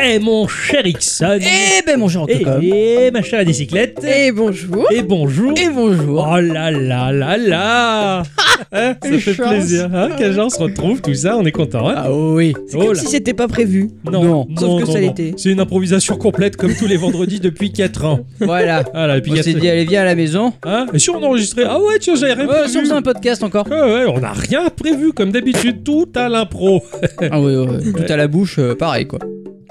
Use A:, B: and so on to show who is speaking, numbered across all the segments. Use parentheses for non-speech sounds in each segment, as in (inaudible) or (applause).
A: Eh mon cher Ixon
B: Eh ben bonjour
A: Eh,
B: Autocom.
A: eh, ma chère la bicyclette
B: Et eh, bonjour.
A: Et bonjour
B: Et bonjour.
A: Oh là là là
B: (laughs)
A: là Hein, Ça
B: Une
A: fait
B: chance.
A: plaisir hein, qu'un genre se retrouve, tout ça, on est content. hein
B: Ah oui. C'est
A: Oh
B: comme
A: là.
B: si c'était pas prévu. Sauf que
A: non,
B: ça
A: non. (laughs)
B: l'était.
A: C'est une improvisation complète comme tous les vendredis depuis 4 ans.
B: Voilà.
A: Ah là, depuis
B: On
A: 4
B: s'est dit allez viens à la maison.
A: Hein Et si on enregistrait Ah ouais, tiens, j'avais rien
B: Euh, si
A: prévu.
B: on faisait un podcast encore.
A: Ah ouais, on n'a rien prévu comme d'habitude, tout à l'impro.
B: Ah oui, oui, oui. tout à la bouche, euh, pareil quoi.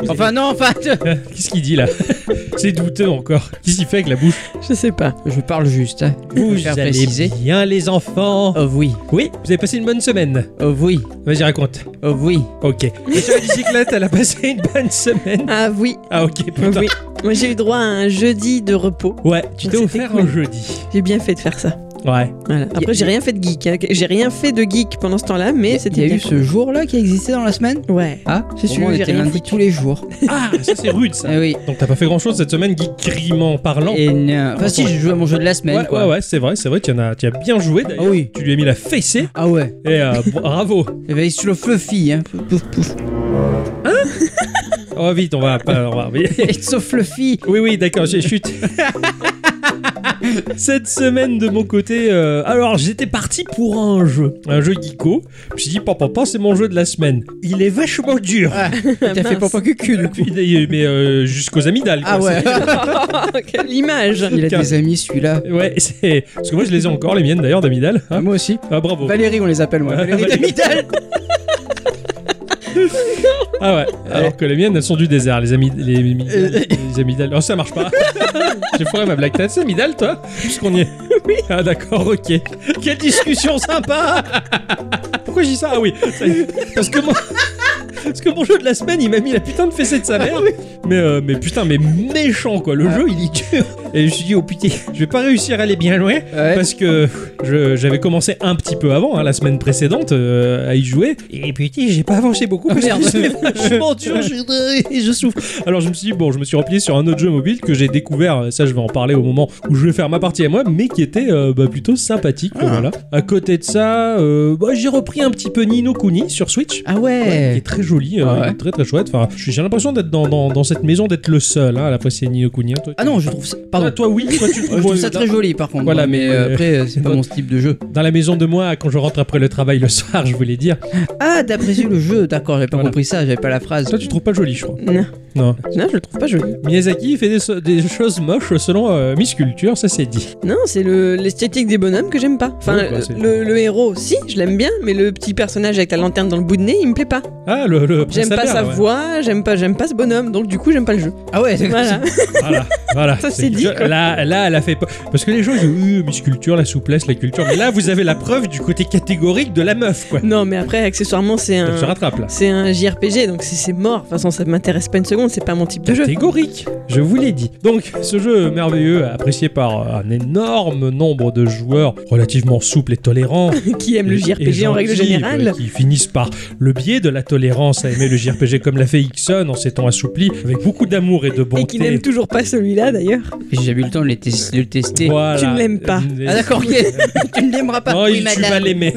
B: Enfin non, enfin,
A: Qu'est-ce qu'il dit là C'est douteux encore. Qu'est-ce qu'il fait avec la bouche
B: je sais pas. Je parle juste. Hein. Je
A: Vous
B: préfère
A: allez
B: préciser.
A: bien les enfants
B: Oh oui,
A: Oui, vous avez passé une bonne semaine.
B: oh oui,
A: Vas-y, raconte.
B: oh oui.
A: Ok. Monsieur la bicyclette, elle a passé une bonne semaine.
C: Ah oui,
A: Ah ok,
C: ah
A: putain.
C: oui. Moi j'ai eu droit à un jeudi de repos.
A: Ouais, tu t'es
C: C'était
A: offert
C: cool.
A: un jeudi.
C: J'ai bien fait de faire ça.
A: Ouais.
C: Voilà. Après j'ai rien fait de geek. hein. J'ai rien fait de geek pendant ce temps-là, mais
B: Il y
C: c'était
B: a
C: bien
B: eu ce jour-là qui a existé dans la semaine
C: cool.
B: (laughs)
C: Ouais.
B: Ah,
C: C'est
B: pour
C: sûr,
B: moi, on
C: j'ai
B: était
C: rien
B: lundi
C: foutu.
B: tous les jours.
A: Ah, ça c'est rude ça.
B: Ah oui.
A: Donc t'as pas fait grand chose cette semaine, geekriment parlant.
B: Et non. Enfin si, j'ai joué à mon jeu de la semaine
A: ouais,
B: quoi.
A: ouais, ouais, c'est vrai, c'est vrai, tu en as, tu as bien joué d'ailleurs.
B: Ah oui.
A: Tu lui as mis la fessée
B: Ah ouais. Eh ben,
A: et euh, (laughs) bravo.
B: Il y avait sur le fluffy, hein. Pouf, pouf, pouf.
A: Oh vite, on va pas. on va-
B: (laughs) It's so fluffy.
A: (laughs) Oui, oui, d'accord, j'ai chute. (laughs) Cette semaine de mon côté, euh, alors j'étais parti pour un jeu, un jeu geeko. Puis j'ai dit, papa, papa, c'est mon jeu de la semaine. Il est vachement dur. (laughs)
B: T'as fait
C: Mince.
B: papa cucu du coup.
A: Puis, d'ailleurs, mais euh, jusqu'aux amygdales. quoi.
B: Ah ouais.
C: Oh, quelle image
B: Il a des amis celui-là.
A: C'est- Ouais, c'est parce que moi je les ai encore les miennes d'ailleurs d'amygdales.
B: Ah,
A: hein.
B: moi aussi.
A: Ah bravo.
B: Valérie, on les appelle
A: (laughs)
B: moi.
A: Ouais,
B: Valérie
A: Valérie.
B: Damital.
A: Ah ouais. Alors que les miennes elles sont du désert, les amygdales. Les,
B: Euh.
A: les amygdales. Oh ça marche pas. j'ai foiré ma blague. T'as c'est amygdale toi Puisqu'on y est. Oui. Ah d'accord, ok. Quelle discussion sympa. Pourquoi j'ai dit ça Ah oui. ça y est. Parce que moi. Parce que mon jeu de la semaine, il m'a mis la putain de fessée de sa mère. Mais, euh, mais putain, mais méchant quoi. Le jeu, il est dur. Et je me suis dit, oh putain, je vais pas réussir à aller bien loin.
B: Ouais.
A: Parce que je- j'avais commencé un petit peu avant, hein, la semaine précédente, euh, à y jouer. Et putain, j'ai pas avancé beaucoup. parce que
B: Ah, merde.
A: c'est vachement dur, je, je souffre. Alors je me suis dit, bon, je me suis replié sur un autre jeu mobile que j'ai découvert, euh, ça je vais en parler au moment où je vais faire ma partie à moi, mais qui était euh, bah, plutôt sympathique. euh, Voilà. À côté de ça, euh, bah, j'ai repris un petit peu Nino Kuni sur Switch.
B: Ah
A: Ouais, qui
B: ouais.
A: est très joli, euh,
B: Ah ouais.
A: qui est très très chouette. Enfin, j'ai j'ai l'impression d'être dans, dans- dans cette maison, d'être le seul hein, à l'apprécier Nino Kuni. Hein, toi,
B: Ah non, je trouve ça.
A: toi,
B: Pardon.
A: toi, oui, toi tu le
B: Euh, Je
A: trouves,
B: trouve ça
A: euh,
B: très joli par contre.
A: Voilà,
B: Ouais,
A: mais,
B: euh,
A: euh,
B: après, euh, c'est pas
A: dans-
B: mon style de jeu.
A: dans la maison de moi quand je rentre après le travail le soir, je voulais dire.
B: Ah, d'apprécier le jeu, d'accord, j'avais pas
A: Voilà.
B: compris ça, j'avais pas la phrase.
A: Toi, tu trouves pas joli, je crois.
C: Non.
A: Non.
C: non, je le trouve pas joli.
A: Miyazaki fait des, so- des choses moches selon euh, Miss Culture, ça c'est dit.
C: Non, c'est le- l'esthétique des bonhommes que j'aime pas. Enfin,
A: Ouais, bah, c'est-
C: le, le héros, si, je l'aime bien, mais le petit personnage avec la lanterne dans le bout de nez, il me plaît pas.
A: Ah, le. le prince
C: J'aime pas
A: Albert,
C: sa
A: ouais.
C: voix, j'aime pas, j'aime pas ce bonhomme, donc du coup, j'aime
B: (laughs)
C: pas le jeu.
B: Ah ouais,
C: Voilà.
A: Voilà, voilà.
C: (laughs) Ça, c'est dit,
A: je-
C: quoi.
A: Là, là, elle a fait. peur. Parce que les gens, ils disent oui, Miss Culture, la souplesse, la culture. Mais là, vous avez la preuve du côté catégorique de la meuf, quoi.
C: non, mais après, accessoirement, c'est
A: Elle se
C: un.
A: rattrape là.
C: C'est un JRPG, donc c'est- c'est mort. De toute façon, ça m'intéresse pas une seconde, c'est pas mon type de jeu.
A: Catégorique, je vous l'ai dit. Donc, ce jeu merveilleux, apprécié par euh, un énorme nombre de joueurs relativement souples et tolérants,
C: qui aime le
A: Et-
C: JRPG
A: et
C: en règle
A: gentils,
C: générale.
A: bah, Qui finissent par le biais de la tolérance à aimer le JRPG comme l'a fait Ixon en s'étant assoupli avec beaucoup d'amour et de bonté.
C: Et qui n'aime toujours pas celui-là d'ailleurs.
B: J'ai jamais eu le temps de le, tes- de le tester.
A: Voilà.
C: Tu ne l'aimes pas.
B: Ah d'accord, ok. (laughs) tu ne l'aimeras pas.
A: (laughs) Non,
B: oui,
A: Oh, il- tu
B: madame.
A: vas
C: (laughs)
A: l'aimer.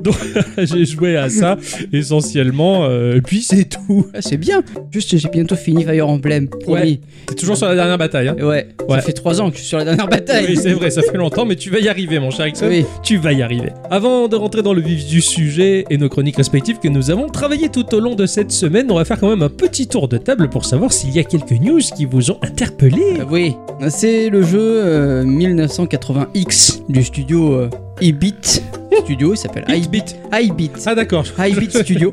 A: Donc, (laughs) j'ai joué à ça essentiellement, euh, et puis c'est tout.
B: Ah, c'est bien. Juste, j'ai bientôt fini Fire Emblem. Promis.
A: T'es toujours sur la dernière bataille. Hein.
B: Ouais.
A: Ouais.
B: Ça fait 3 ans que je suis sur la dernière bataille.
A: Oui, c'est vrai, ça fait longtemps, mais tu vas y arriver, mon cher Ixon.
B: Oui.
A: Tu vas y arriver. Avant de rentrer dans le vif du sujet et nos chroniques respectives que nous avons travaillées tout au long de cette semaine, on va faire quand même un petit tour de table pour savoir s'il y a quelques news qui vous ont interpellé.
B: Euh, Oui, c'est le jeu euh, 1980X du studio euh, iBit. Studio, il s'appelle iBit.
A: Hitbit.
B: iBit.
A: Ah d'accord.
B: iBit Studio,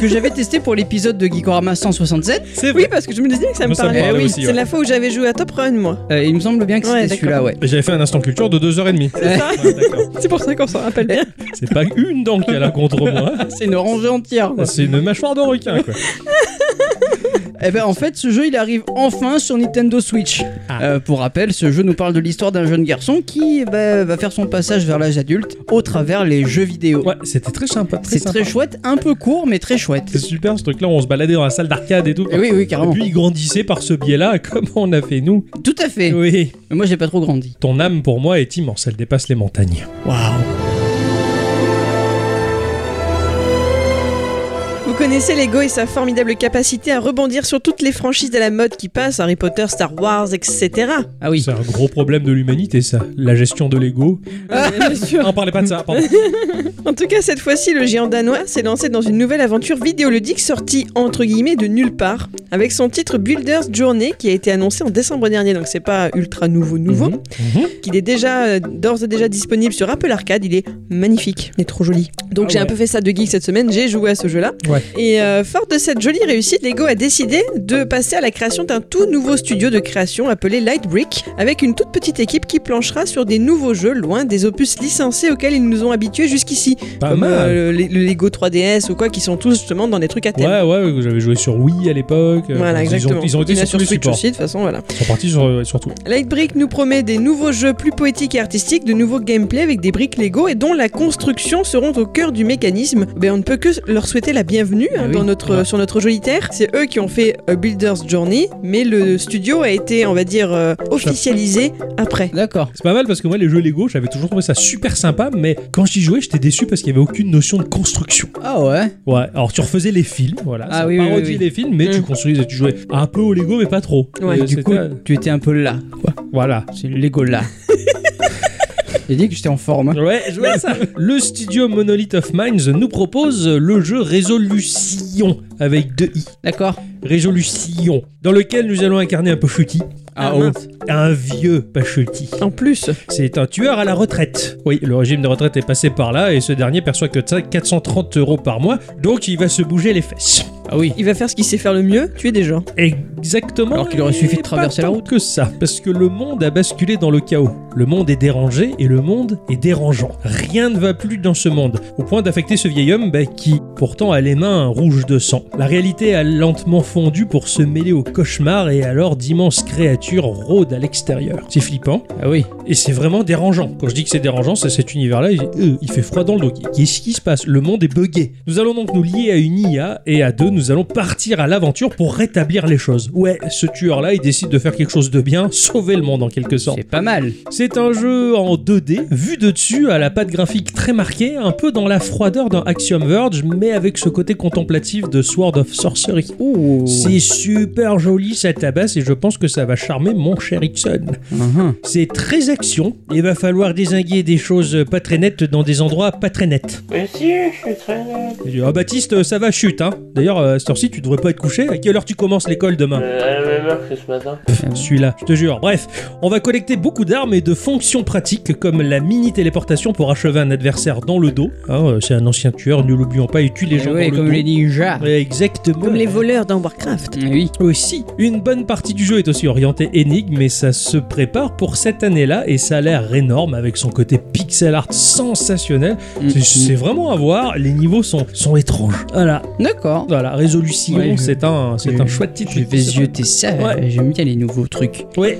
B: que j'avais testé pour l'épisode de Geekorama 167.
A: (laughs) C'est
C: Oui,
A: vrai.
C: parce que je me disais que ça me
A: Moi, ça me
C: parlait.
A: parlait
C: oui,
A: aussi,
C: c'est
A: ouais.
C: la fois où j'avais joué à Top Run, moi.
B: Euh, il me semble bien que
C: Ouais,
B: c'était
C: d'accord.
B: celui-là,
A: (laughs)
B: ouais.
A: J'avais fait un instant culture de 2h30.
C: (laughs) C'est ça
A: Ouais, Ah, d'accord.
C: (laughs) C'est pour ça qu'on s'en rappelle bien.
A: C'est pas une dent qu'elle a contre moi.
B: C'est une rangée entière, quoi.
A: C'est une mâchoire de requin, quoi.
B: Eh ben en fait, ce jeu il arrive enfin sur Nintendo Switch.
A: Ah.
B: Euh, pour rappel, ce jeu nous parle de l'histoire d'un jeune garçon qui bah, va faire son passage vers l'âge adulte au travers les jeux vidéo.
A: Ouais, c'était très sympa.
B: C'est très chouette, un peu court, mais très chouette.
A: C'est super ce truc-là, on se baladait dans la salle d'arcade et tout.
B: Eh oui, oui, carrément.
A: Et puis il grandissait par ce biais-là, (laughs) comme on a fait nous.
B: Tout à fait.
A: Oui.
B: Mais moi, j'ai pas trop grandi.
A: Ton âme pour moi est immense, elle dépasse les montagnes.
B: Waouh.
C: connaissez Lego et sa formidable capacité à rebondir sur toutes les franchises de la mode qui passent, Harry Potter, Star Wars, etc.
B: Ah oui.
A: C'est un gros problème de l'humanité, ça. La gestion de l'ego.
C: Ah, bien sûr.
A: On parlait pas de ça,
C: (laughs)
A: pardon.
C: En tout cas, cette fois-ci, le géant danois s'est lancé dans une nouvelle aventure vidéoludique sortie entre guillemets de nulle part, avec son titre Builder's Journey qui a été annoncé en décembre dernier, donc c'est pas ultra nouveau nouveau,
A: Mhm, mhm.
C: qu'il est déjà euh, d'ores et déjà disponible sur Apple Arcade, il est magnifique, il est trop joli. Donc
A: Ah
C: j'ai un
A: ouais.
C: peu fait ça de geek cette semaine, j'ai joué à ce jeu-là.
A: Ouais.
C: Et euh, fort de cette jolie réussite, Lego a décidé de passer à la création d'un tout nouveau studio de création appelé Lightbrick, avec une toute petite équipe qui planchera sur des nouveaux jeux loin des opus licenciés auxquels ils nous ont habitués jusqu'ici
A: Pas
C: comme
A: mal.
C: euh, le, le Lego 3DS ou quoi, qui sont tous justement dans des trucs à thème.
A: Ouais, ouais, j'avais joué sur Wii à l'époque. euh,
C: Voilà,
A: ils ont-
C: exactement.
A: Ils ont,
C: Il y en
A: été
C: a
A: sur tous les
C: Switch
A: supports.
C: aussi, de toute façon, voilà.
A: Ils sont partis sur, euh, sur tout.
C: Lightbrick nous promet des nouveaux jeux plus poétiques et artistiques, de nouveaux gameplays avec des briques Lego et dont la construction seront au cœur du mécanisme. Ben, on ne peut que leur souhaiter la bienvenue hein,
B: Ah oui.
C: dans notre,
A: Ouais.
C: sur notre jolie terre. C'est eux qui ont fait euh, Builder's Journey, mais le studio a été, on va dire, euh, officialisé après.
B: D'accord.
A: C'est pas mal parce que moi, les jeux Lego, j'avais toujours trouvé ça super sympa, mais quand j'y jouais, j'étais déçu parce qu'il y avait aucune notion de construction.
B: Ah ouais.
A: Ouais, alors tu refaisais les films, voilà.
B: Ah
A: ça
B: oui, oui,
A: parodiait
B: oui, oui.
A: les films, mais tu
C: Mm.
A: construisais, tu jouais un peu au Lego, mais pas trop.
C: Ouais.
A: Et
B: Du
A: c'était-
B: coup, tu étais un peu là. quoi.
A: voilà.
B: C'est Lego (laughs) là. J'ai dit que j'étais en forme. hein.
A: Ouais, je vois ça. Le studio Monolith of Minds nous propose le jeu Résolution avec deux i.
B: D'accord.
A: Résolution, dans lequel nous allons incarner un Pachuti,
C: Ah,
B: Ah oh.
C: mince.
A: un vieux Pachuti.
C: En plus,
A: C'est un tueur à la retraite. Oui, le régime de retraite est passé par là et ce dernier perçoit que ça, 430 euros par mois, donc il va se bouger les fesses.
B: Ah oui.
C: il va faire ce qu'il sait faire le mieux, tuer des gens.
A: Exactement.
B: Alors qu'il aurait
A: et
B: suffi de
A: pas
B: traverser la
A: tant
B: route.
A: que ça, parce que le monde a basculé dans le chaos. Le monde est dérangé et le monde est dérangeant. Rien ne va plus dans ce monde, au point d'affecter ce vieil homme bah, qui, pourtant, a les mains rouges de sang. La réalité a lentement fondu pour se mêler au cauchemar et alors d'immenses créatures rôdent à l'extérieur. C'est flippant.
B: Ah oui.
A: Et c'est vraiment dérangeant. Quand je dis que c'est dérangeant, c'est cet univers-là, il, euh, il fait froid dans le dos. Qu'est-ce qui se passe Le monde est buggé. Nous allons donc nous lier à une IA et à deux, nous allons partir à l'aventure pour rétablir les choses. Ouais, ce tueur-là, il décide de faire quelque chose de bien, sauver le monde en quelque sorte.
B: C'est pas mal.
A: C'est un jeu en 2D, vu de dessus, à la patte graphique très marquée, un peu dans la froideur d'un Axiom Verge, mais avec ce côté contemplatif de Sword of Sorcery.
B: Ouh.
A: C'est super joli, ça tabasse, et je pense que ça va charmer mon cher Ixon.
B: Mhm.
A: C'est très action. Il va falloir désinguer des choses pas très nettes dans des endroits pas très nets.
D: Mais si, je suis très nul.
A: Il dit, Ah Baptiste, euh, ça va chute, hein. D'ailleurs, euh, à cette heure-ci, tu devrais pas être couché. À quelle heure tu commences l'école demain
D: Euh, à la même heure que ce matin.
A: Celui-là, je te jure. Bref, on va collecter beaucoup d'armes et de fonctions pratiques, comme la mini-téléportation pour achever un adversaire dans le dos. Hein, euh, C'est un ancien tueur, ne l'oublions pas, il tue les gens
B: Eh ouais,
A: dans le
B: comme
A: dos.
B: les ninjas.
A: Ouais, Exactement.
C: Comme les voleurs dans Warcraft.
B: Ah Oui.
A: Aussi, une bonne partie du jeu est aussi orientée énigme, mais ça se prépare pour cette année-là et ça a l'air énorme avec son côté pixel art sensationnel.
B: Mm.
A: C'est- C'est vraiment à voir, les niveaux sont, sont étranges. Voilà,
B: D'accord.
A: voilà Résolution,
B: Ouais, je-
A: c'est un, c'est un
B: je-
A: chouette titre.
B: Je vais zioter ça.
A: Ouais.
B: J'aime bien les nouveaux trucs.
A: Ouais,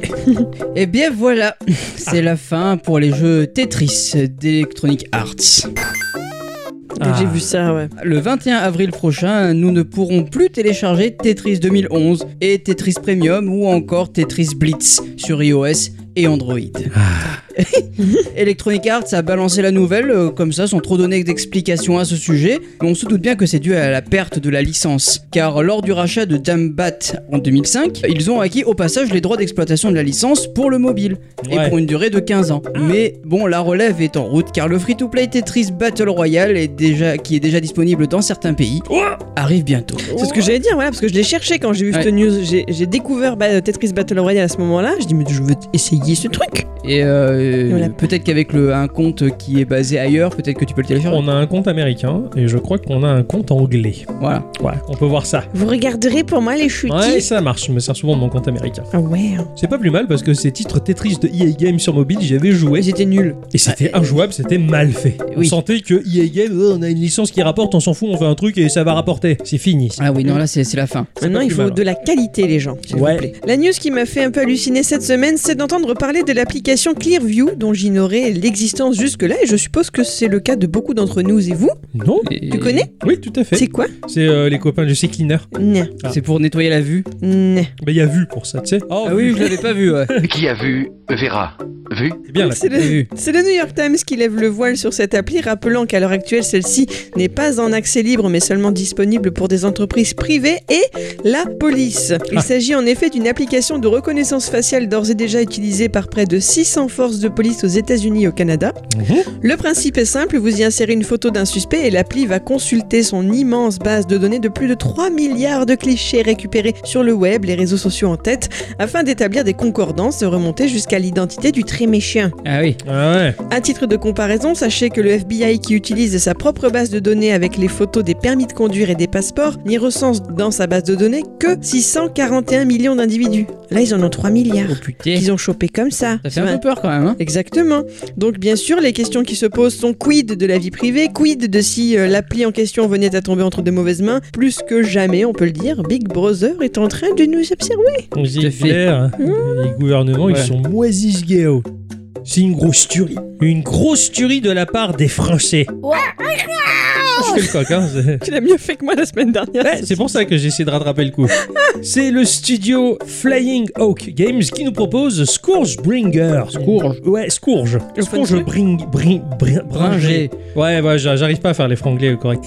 B: Et bien voilà, (laughs) c'est la fin pour les jeux Tetris d'Electronic Arts.
A: Ah.
C: J'ai vu ça, ouais.
B: Le 21 avril prochain, nous ne pourrons plus télécharger Tetris 2011 et Tetris Premium ou encore Tetris Blitz sur iOS et Android. (laughs) Electronic Arts a balancé la nouvelle euh, comme ça sans trop donner d'explications à ce sujet, mais on se doute bien que c'est dû à la perte de la licence, car lors du rachat de Jambat en 2005, ils ont acquis au passage les droits d'exploitation de la licence pour le mobile et
A: ouais. Ah.
B: pour une durée de 15 ans. Mais bon, la relève est en route car le free-to-play Tetris Battle Royale est déjà, qui est déjà disponible dans certains pays arrive bientôt.
C: C'est ce que j'allais dire, voilà, parce que je l'ai cherché quand j'ai vu
B: Ouais.
C: cette news. J'ai j'ai découvert bah, Tetris Battle Royale à ce moment-là. Je dis, mais je veux essayer ce truc.
B: Et euh,
C: Voilà.
B: peut-être qu'avec le, un compte qui est basé ailleurs, peut-être que tu peux le télécharger.
A: On a un compte américain et je crois qu'on a un compte anglais.
B: Voilà.
A: Ouais, on peut voir ça.
C: Vous regarderez pour moi les chutis.
A: Ouais, ça marche, je me sers souvent de mon compte américain.
C: Ah ouais.
A: C'est pas plus mal parce que ces titres Tetris de EA Games sur mobile, j'avais joué.
B: Mais c'était nul.
A: Et c'était injouable, c'était mal fait. On
B: Oui.
A: sentait que EA Games, oh, on a une licence qui rapporte, on s'en fout, on fait un truc et ça va rapporter. C'est fini.
B: Ah oui, non, là c'est c'est la fin.
A: C'est
C: Maintenant,
A: pas
C: il
A: plus
C: faut
A: mal. hein.
C: de la qualité, les gens. s'il vous
A: Ouais.
C: plaît. La news qui m'a fait un peu halluciner cette semaine, c'est d'entendre parler de l'application Clearview preview dont j'ignorais l'existence jusque-là, et je suppose que c'est le cas de beaucoup d'entre nous et vous.
A: Non
B: Et-
C: connais
A: Oui, tout à fait.
C: C'est quoi
A: C'est euh, les copains de chez Cleaner.
C: Non,
A: Ah.
B: C'est pour nettoyer la vue.
C: non.
A: Bah, il y a vu pour ça, tu sais. Oh,
B: Ah oui, je l'avais pas vu, (laughs) ouais.
E: Qui a vu, verra. Vu
A: c'est bien là.
C: (laughs) C'est
B: J'ai
C: le...
B: vu.
C: c'est le New York Times qui lève le voile sur cette appli, rappelant qu'à l'heure actuelle, celle-ci n'est pas en accès libre, mais seulement disponible pour des entreprises privées et la police. Il
A: Ah.
C: s'agit en effet d'une application de reconnaissance faciale d'ores et déjà utilisée par près de 600 forces de police aux États-Unis et au Canada.
A: Mhm.
C: Le principe est simple, vous y insérez une photo d'un suspect et l'appli va consulter son immense base de données de plus de 3 milliards de clichés récupérés sur le web, les réseaux sociaux en tête, afin d'établir des concordances et remonter jusqu'à l'identité du très méchant.
B: Ah oui.
A: Ah ouais.
C: À titre de comparaison, sachez que le FBI qui utilise sa propre base de données avec les photos des permis de conduire et des passeports n'y recense dans sa base de données que 641 millions d'individus. Là, ils en ont 3 milliards.
B: Oh putain.
C: Ils ont chopé comme ça.
B: Ça fait un peu peur quand même, hein.
C: Exactement. Donc bien sûr, les questions qui se posent sont quid de la vie privée, quid de si euh, l'appli en question venait à tomber entre de mauvaises mains. Plus que jamais, on peut le dire, Big Brother est en train de nous observer.
A: On dit
B: Tout à fait. Mmh.
A: clair, hein. les gouvernements, ils
B: Ouais.
A: sont moisis guéos. C'est une grosse tuerie. Une grosse tuerie de la part des Français. Je fais le coq, hein, c'est-
C: Tu l'as mieux fait que moi la semaine dernière.
A: Ouais, c'est pour ça que j'ai essayé de rattraper le coup. C'est le studio Flying Hawk Games qui nous propose Scourgebringer.
B: Scourge.
A: Ouais, Scourge.
C: Le
A: Scourge
C: français
A: bring, bring, bring- bringer. Ouais, ouais, j'a- j'arrive pas à faire les franglais euh, correct.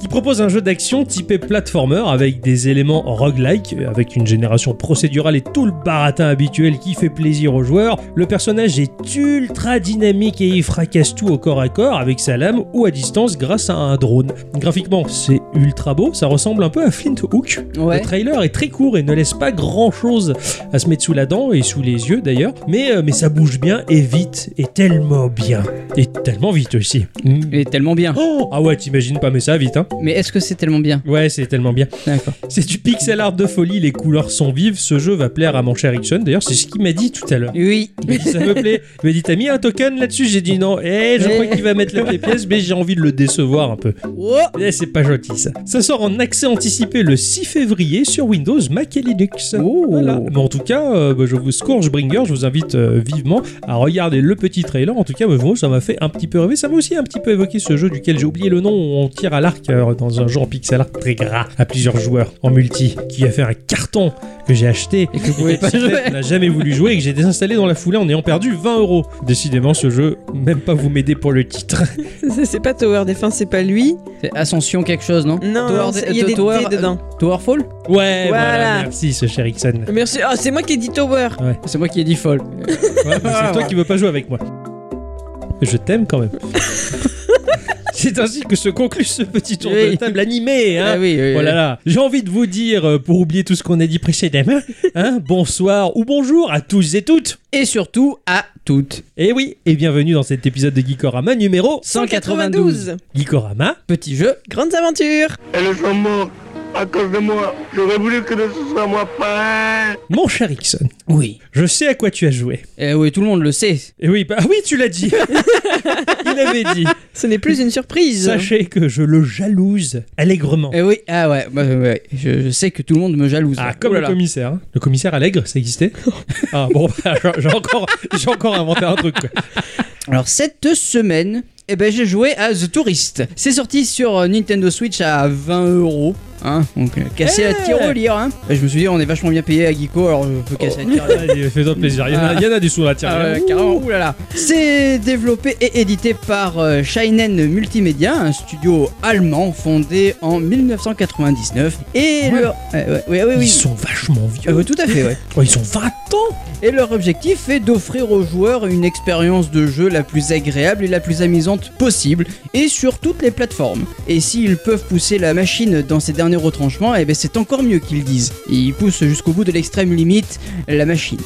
A: qui propose un jeu d'action typé platformer avec des éléments roguelike, euh, avec une génération procédurale et tout le baratin habituel qui fait plaisir aux joueurs. Le personnage est ultra dynamique et il fracasse tout au corps à corps avec sa lame ou à distance grâce à un drone. Graphiquement, c'est ultra beau, ça ressemble un peu à Flint Hook.
B: Ouais.
A: Le trailer est très court et ne laisse pas grand chose à se mettre sous la dent et sous les yeux d'ailleurs, mais, euh, mais ça bouge bien et vite, et tellement bien, et tellement vite aussi. Mm.
B: Il est tellement bien.
A: Oh ah ouais, t'imagines pas, mais ça vite, hein.
B: Mais est-ce que c'est tellement bien
A: Ouais, c'est tellement bien.
B: D'accord.
A: C'est du pixel art de folie, les couleurs sont vives, ce jeu va plaire à mon cher Ixon, d'ailleurs c'est ce qu'il m'a dit tout à l'heure.
B: Oui.
A: Il m'a dit, ça me plaît. Il m'a dit, t'as mis un token là-dessus J'ai dit non. Eh, je crois qu'il va mettre la pièce, mais j'ai envie de le décevoir un peu.
C: Oh
A: Eh, c'est pas gentil ça. Ça sort en accès anticipé le 6 février sur Windows, Mac et Linux.
B: Oh.
A: Voilà. Mais en tout cas, euh, bah, je vous Scourgebringer, je vous invite euh, vivement à regarder le petit trailer. En tout cas, bah, moi, ça m'a fait un petit peu rêver. Ça m'a aussi un petit peu évoqué ce jeu duquel j'ai oublié le nom où on tire à l'arc euh, dans un jeu en pixel art très gras à plusieurs joueurs en multi qui a fait un carton que j'ai acheté.
B: Et que vous
A: (laughs)
B: pouvez pas
A: J'ai
B: jouer.
A: fait, n'a jamais voulu jouer et que j'ai désinstallé dans la foulée en ayant perdu 20 euros. Décidément, ce jeu, même pas vous m'aider pour le titre.
C: C'est c'est pas Tower Defense, c'est pas lui.
B: C'est Ascension quelque chose, non
C: Non,
B: Tower-
C: non, c'est- il y a des
B: Tower-
C: dés dedans.
B: Towerfall
A: Ouais, (laughs) voilà.
C: Voilà.
A: merci ce cher Ixon.
C: Merci. Ah, c'est moi qui ai dit Tower.
B: C'est moi qui ai
A: (laughs)
B: dit fall.
A: Ouais, mais c'est toi qui veux pas jouer avec moi. Je t'aime
B: (laughs)
A: quand même. c'est ainsi que se conclut ce petit tour de
B: Oui.
A: table animé. Hein
B: Ah oui, oui,
A: Oh là là. J'ai envie de vous dire, euh, pour oublier tout ce qu'on a dit précédemment, hein, bonsoir ou bonjour à tous et toutes.
B: oui. Et surtout à toutes.
A: Et oui, et bienvenue dans cet épisode de Geekorama numéro
B: 192.
A: Geekorama.
B: Petit jeu.
C: Grandes aventures.
F: Elles sont mortes à cause de moi. J'aurais voulu que ce soit moi pas.
A: Mon cher Ixon,
B: Oui.
A: je sais à quoi tu as joué.
B: Eh oui, tout le monde le sait.
A: Et oui, bah ah oui, tu l'as
B: (laughs)
A: dit. Il avait dit.
C: Ce n'est plus une surprise.
A: Sachez que je le jalouse allègrement.
B: Eh oui, ah ouais, bah, ouais, ouais. Je, je sais que tout le monde me jalouse.
A: Ah, comme
B: Oh là
A: le
B: là.
A: commissaire. hein. Le commissaire allègre, ça existait
B: (laughs)
A: Ah bon, bah, j'ai- j'ai encore, j'ai encore inventé un
B: (laughs)
A: truc. quoi.
B: Alors cette semaine, eh ben, j'ai joué à The Tourist. C'est sorti sur euh, Nintendo Switch à 20 euros. Hein, donc euh, casser la
A: Eh
B: tirelire. Hein. Et je me suis dit, on est vachement bien payé à Geeko, alors je peux casser la
A: Oh.
B: tirelire.
A: Allez, Fais-toi plaisir. Il y, en a, il y en a du sous là, tiens.
B: Ah ouais, carrément, oulala. C'est développé et édité par euh, Shinen Multimedia, un studio allemand fondé en 1999. Et
A: Ouais.
B: leur... Ouais, ouais, ouais, ouais,
A: Ils
B: oui.
A: sont vachement vieux.
B: Euh, ouais, tout à fait, ouais.
A: Oh, ils sont 20 ans
B: Et leur objectif est d'offrir aux joueurs une expérience de jeu la plus agréable et la plus amusante possible, et sur toutes les plateformes. Et s'ils peuvent pousser la machine dans ses derniers retranchements, eh ben c'est encore mieux qu'ils disent. Ils poussent jusqu'au bout de l'extrême limite la machine.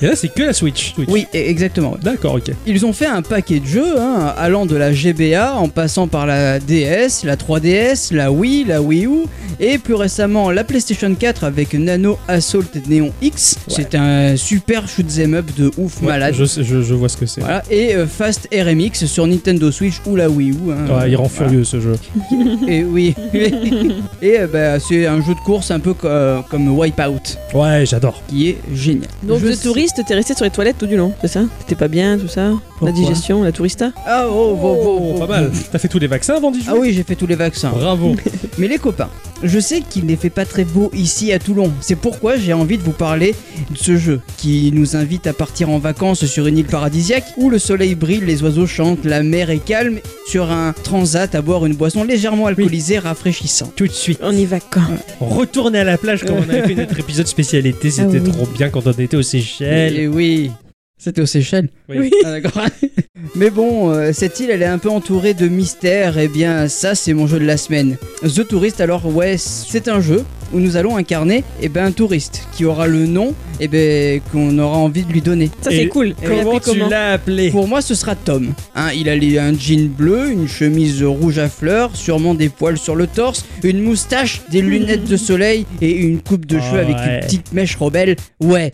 A: Et là, c'est que la Switch. Switch.
B: Oui, e- exactement. ouais.
A: D'accord, ok.
B: Ils ont fait un paquet de jeux, hein, allant de la GBA en passant par la DS, la 3DS, la Wii, la Wii U, et plus récemment la PlayStation 4 avec Nano Assault Neon X. C'est un super shoot'em up de ouf
A: Ouais,
B: malade.
A: Je, sais- je- je vois ce que c'est.
B: Voilà, et euh, Fast RMX sur Nintendo Switch ou la Wii U. hein.
A: Ouais, il rend (laughs)
B: Voilà.
A: furieux ce jeu.
B: Et oui. Et euh, bah, c'est un jeu de course un peu co- euh, comme Wipeout,
A: Ouais, j'adore.
B: qui est génial.
C: Donc,
B: Je
C: de
B: sais-
C: touriste, t'es resté sur les toilettes tout du long, c'est ça T'étais pas bien, tout ça
B: Pourquoi
C: La digestion, la tourista
B: Ah, oh, oh, oh, oh.
A: pas mal. T'as fait tous les vaccins avant d'y jouer
B: Ah oui, j'ai fait tous les vaccins. (laughs)
A: Bravo.
B: Mais les copains, je sais qu'il n'est fait pas très beau ici à Toulon. C'est pourquoi j'ai envie de vous parler de ce jeu qui nous invite à partir en vacances sur une île paradisiaque où le soleil brille, les oiseaux chantent, la mer est calme, sur un transat à boire une boisson légèrement alcoolisée rafraîchissante.
A: Tout de suite.
C: On y va quand
A: Retourner à la plage comme on avait fait notre épisode spécialité, c'était
C: oui.
A: trop bien quand on était aux Seychelles.
B: Eh Ah oui. C'était aux Seychelles.
A: Oui.
B: Ah, d'accord. Mais bon, euh, cette île, elle est un peu entourée de mystères. Et bien, ça, c'est mon jeu de la semaine. The Tourist, alors, ouais, c'est un jeu où nous allons incarner eh ben, un touriste qui aura le nom et ben, qu'on aura envie de lui donner.
C: Ça,
A: Et
C: c'est cool. On
A: Comment
C: l'appelait
A: tu l'as appelé
B: Pour moi, ce sera Tom. Hein, il a les- un jean bleu, une chemise rouge à fleurs, sûrement des poils sur le torse, une moustache, des lunettes de soleil et une coupe de
A: Ah
B: cheveux avec
A: ouais.
B: une petite mèche rebelle. Ouais.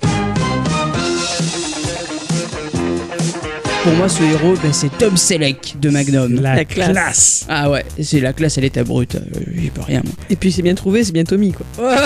B: Pour moi, ce héros, ben, c'est Tom Selleck de Magnum.
A: La,
C: La
A: classe.
C: classe.
B: Ah ouais, c'est la classe, elle est abrupte. Euh, J'y peux rien,
C: Et puis, c'est bien trouvé, c'est bien Tommy, quoi.
B: (laughs) moi.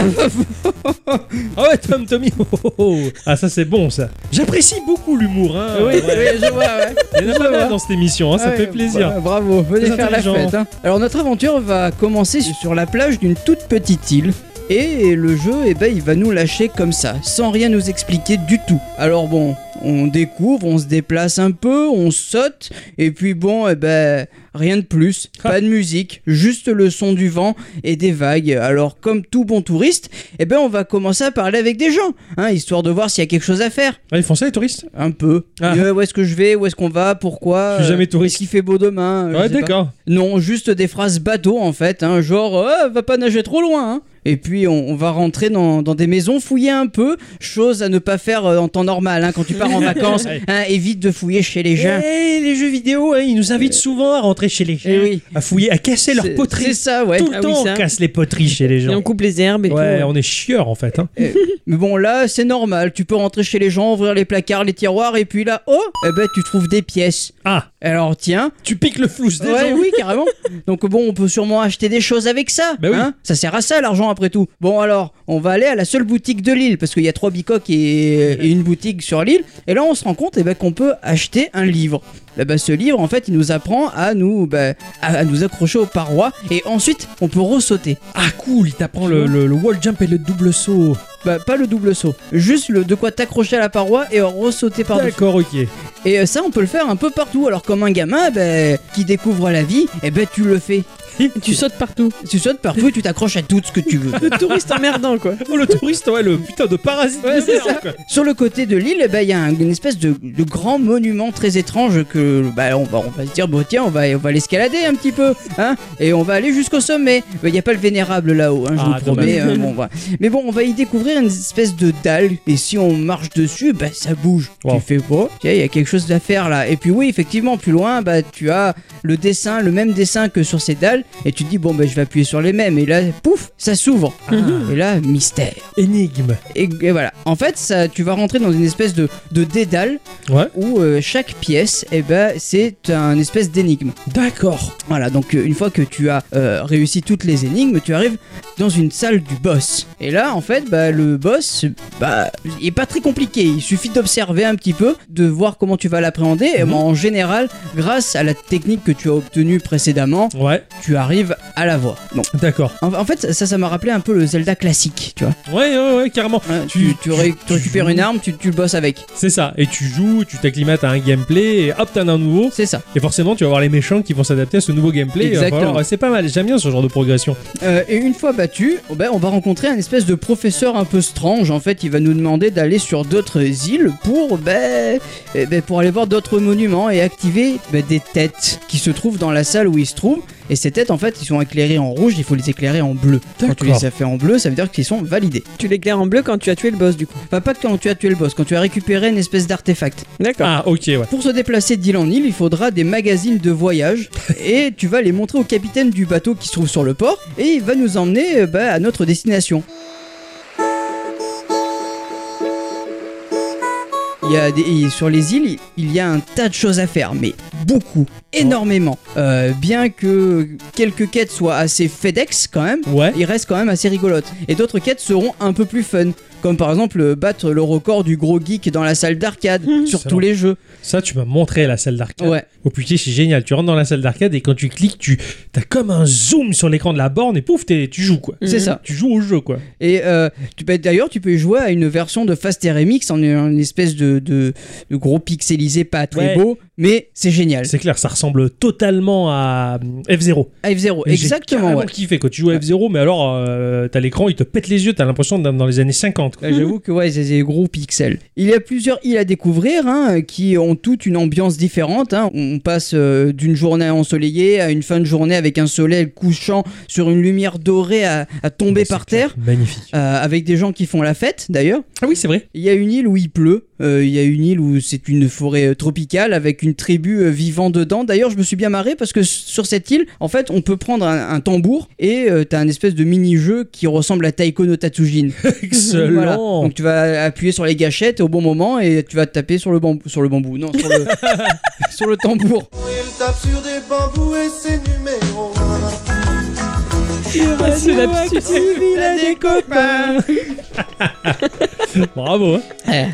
B: Ah
A: Oh ouais, Tom, Tommy. oh, oh, oh. (laughs) Ah, ça, c'est bon, ça. J'apprécie beaucoup l'humour. Hein.
B: oui, oui, je vois, ouais.
A: Il y en a pas mal
B: vois.
A: dans cette émission, hein, ça
B: Ouais,
A: fait plaisir.
B: bah, bravo, venez
A: Très
B: faire la
A: intelligent.
B: fête. hein. Alors notre aventure va commencer sur la plage d'une toute petite île. Et le jeu, eh ben, il va nous lâcher comme ça, sans rien nous expliquer du tout. Alors bon, on découvre, on se déplace un peu, on saute, et puis bon, eh ben, rien de plus. Pas de musique, juste le son du vent et des vagues. Alors comme tout bon touriste, eh ben, on va commencer à parler avec des gens, hein, histoire de voir s'il y a quelque chose à faire.
A: Ah, ils font ça, les touristes
B: Un peu.
A: Ah.
B: Euh, où est-ce que je vais Où est-ce qu'on va Pourquoi Euh,
A: Je suis jamais touriste.
B: Est-ce qu'il fait beau demain Euh, je
A: Ouais,
B: sais pas.
A: d'accord.
B: Non, juste des phrases bateau en fait, hein, genre Ah, va pas nager trop loin. hein. Et puis on, on va rentrer dans, dans des maisons, fouiller un peu, chose à ne pas faire euh, en temps normal hein, quand
A: (laughs)
B: tu pars en vacances. hein, évite de fouiller chez les gens.
A: Eh, les jeux vidéo, hein, ils nous invitent souvent à rentrer chez les gens,
B: Eh oui.
A: à fouiller, à casser leurs
B: C'est- C'est
A: poteries.
B: ça, ouais.
A: Tout le
C: Ah oui,
A: temps,
C: ça.
A: on casse les poteries chez
B: (laughs)
A: les
C: Et
A: gens.
C: on coupe les herbes et
A: Ouais,
C: tout.
A: on est chieurs en fait. Hein.
B: Mais bon, là, c'est normal. Tu peux rentrer chez les gens, ouvrir les placards, les tiroirs, et puis là, oh, eh ben, tu trouves des pièces.
A: Ah,
B: Alors tiens,
A: tu piques le flou des
B: Ouais,
A: gens.
B: oui, carrément. Donc bon, on peut sûrement acheter des choses avec ça.
A: Bah oui.
B: hein. ça sert à ça l'argent après tout. Bon alors, on va aller à la seule boutique de l'île parce qu'il y a trois bicoques et, et une boutique sur l'île. Et là, on se rend compte eh ben, qu'on peut acheter un livre. Eh ben, ce livre, en fait, il nous apprend à nous, bah, à, à nous accrocher aux parois et ensuite, on peut ressauter.
A: Ah, cool, il t'apprend le, le- le wall jump et le double saut.
B: Bah, pas le double saut, juste le de quoi t'accrocher à la paroi et ressauter par-dessus.
A: D'accord, ok.
B: Et euh, ça, on peut le faire un peu partout. Alors, comme un gamin ben, qui découvre la vie, eh ben, tu le fais.
C: (laughs) Tu sautes partout.
B: Tu sautes partout et tu t'accroches à tout ce que tu veux.
C: Le touriste emmerdant, quoi.
A: Oh, le touriste, ouais, le putain de parasite. de merde, quoi.
B: Sur le côté de l'île, eh ben, il y a un- une espèce de, de grand monument très étrange que bah, on, va, on va se dire, bon tiens, on va, on va l'escalader un petit peu, hein, et on va aller jusqu'au sommet. Mais Il n'y a pas le vénérable là-haut, hein, je
A: Ah,
B: vous promets.
A: dommage.
B: hein, bon, voilà. Mais bon, on va y découvrir une espèce de dalle, et si on marche dessus, bah, ça bouge.
A: Wow.
B: Tu fais quoi Tiens, il y a quelque chose à faire là. Et puis oui, effectivement, plus loin, bah, tu as le dessin, le même dessin que sur ces dalles, et tu te dis, bon, bah, je vais appuyer sur les mêmes, et là, pouf, ça s'ouvre.
A: Ah.
B: Et là, mystère.
A: Énigme.
B: Et, et voilà. En fait, ça, tu vas rentrer dans une espèce de, de dédale
A: Ouais.
B: où euh, chaque pièce, eh ben, c'est un espèce d'énigme.
A: D'accord.
B: Voilà, donc euh, une fois que tu as euh, réussi toutes les énigmes, tu arrives dans une salle du boss. Et là, en fait, bah, le boss, bah, il est pas très compliqué. Il suffit d'observer un petit peu, de voir comment tu vas l'appréhender. Et
A: Mhm.
B: bah, en général, grâce à la technique que tu as obtenue précédemment,
A: Ouais,
B: tu arrives à la voir. Bon.
A: d'accord.
B: En, en fait, ça, ça m'a rappelé un peu le Zelda classique, tu vois.
A: Ouais, ouais, ouais, carrément.
B: Ouais,
A: Tu-
B: Hein, tu, tu ré-
A: tu-
B: tu récupères une arme, tu, tu le bosses avec.
A: C'est ça. Et tu joues, tu t'acclimates à un gameplay, et hop, t'en as un nouveau.
B: C'est ça.
A: Et forcément, tu vas voir les méchants qui vont s'adapter à ce nouveau gameplay. et il va
B: Exactement.
A: falloir- Ah, C'est pas mal. J'aime bien ce genre de progression.
B: Euh, et une fois battu, oh ben, on va rencontrer un espèce de professeur un peu strange. En fait, il va nous demander d'aller sur d'autres îles pour, ben, eh ben, pour aller voir d'autres monuments et activer ben, des têtes qui se trouvent dans la salle où ils se trouvent. Et ces têtes, en fait, ils sont éclairées en rouge. Il faut les éclairer en bleu. Quand tu
A: D'accord.
B: les as fait en bleu, ça veut dire qu'ils sont validés.
C: Tu l'éclaires en bleu quand tu as tué le boss, du coup.
B: Enfin, pas quand tu as tué le boss, quand tu as récupéré une espèce d'artefact.
C: D'accord.
A: Ah, ok, ouais.
B: Pour se déplacer d'île en île, il faudra des magazines de voyage et tu vas les montrer au capitaine du bateau qui se trouve sur le port et il va nous emmener euh, bah, à notre destination. Il y a des- et sur les îles, il y a un tas de choses à faire, mais beaucoup, énormément. Euh, bien que quelques quêtes soient assez FedEx quand même,
A: Ouais.
B: il reste quand même assez rigolote. Et d'autres quêtes seront un peu plus fun, comme par exemple euh, battre le record du gros geek dans la salle d'arcade sur
A: Excellent.
B: tous les jeux.
A: Ça, tu m'as montré la salle d'arcade.
B: Ouais.
A: Oh putain, c'est génial. Tu rentres dans la salle d'arcade et quand tu cliques, tu as comme un zoom sur l'écran de la borne et pouf, t'es- tu joues quoi.
B: C'est ça.
A: Tu joues au jeu quoi.
B: Et euh, tu peux- d'ailleurs, tu peux jouer à une version de Fast RMX en une espèce de, de- de gros pixelisé pas très
A: Ouais.
B: beau, mais c'est génial.
A: C'est clair, ça ressemble totalement à euh, F0.
B: F0, exactement. Ouais.
A: kiffé quand tu joues à F0, mais alors euh, t'as l'écran, il te pète les yeux, t'as l'impression d'être dans les années 50. quoi.
B: Là, Bah, J'avoue que ouais, c'est des gros pixels. Il y a plusieurs îles à découvrir hein, qui ont toutes une ambiance différente. hein. On passe euh, d'une journée ensoleillée à une fin de journée avec un soleil couchant sur une lumière dorée à, à tomber
A: Ouais, Bah, c'est
B: par
A: clair.
B: terre.
A: Magnifique.
B: euh, avec des gens qui font la fête d'ailleurs.
A: Ah oui, c'est vrai.
B: Il y a une île où il pleut, euh, il y a une île où c'est une forêt euh, tropicale avec une tribu euh, vivant dedans. D'ailleurs, je me suis bien marré parce que s- sur cette île, en fait, on peut prendre un, un tambour et euh, t'as un espèce de mini-jeu qui ressemble à Taiko no Tatsujin.
A: Excellent.
B: Voilà.
A: Oh,
B: Donc tu vas appuyer sur les gâchettes au bon moment et tu vas te taper sur le bambou, sur le bambou, non, sur le, sur le tambour.
G: Il tape sur des bambous et c'est numéro 1.
A: Ah.
C: c'est
A: Bravo. hein.
B: Eh.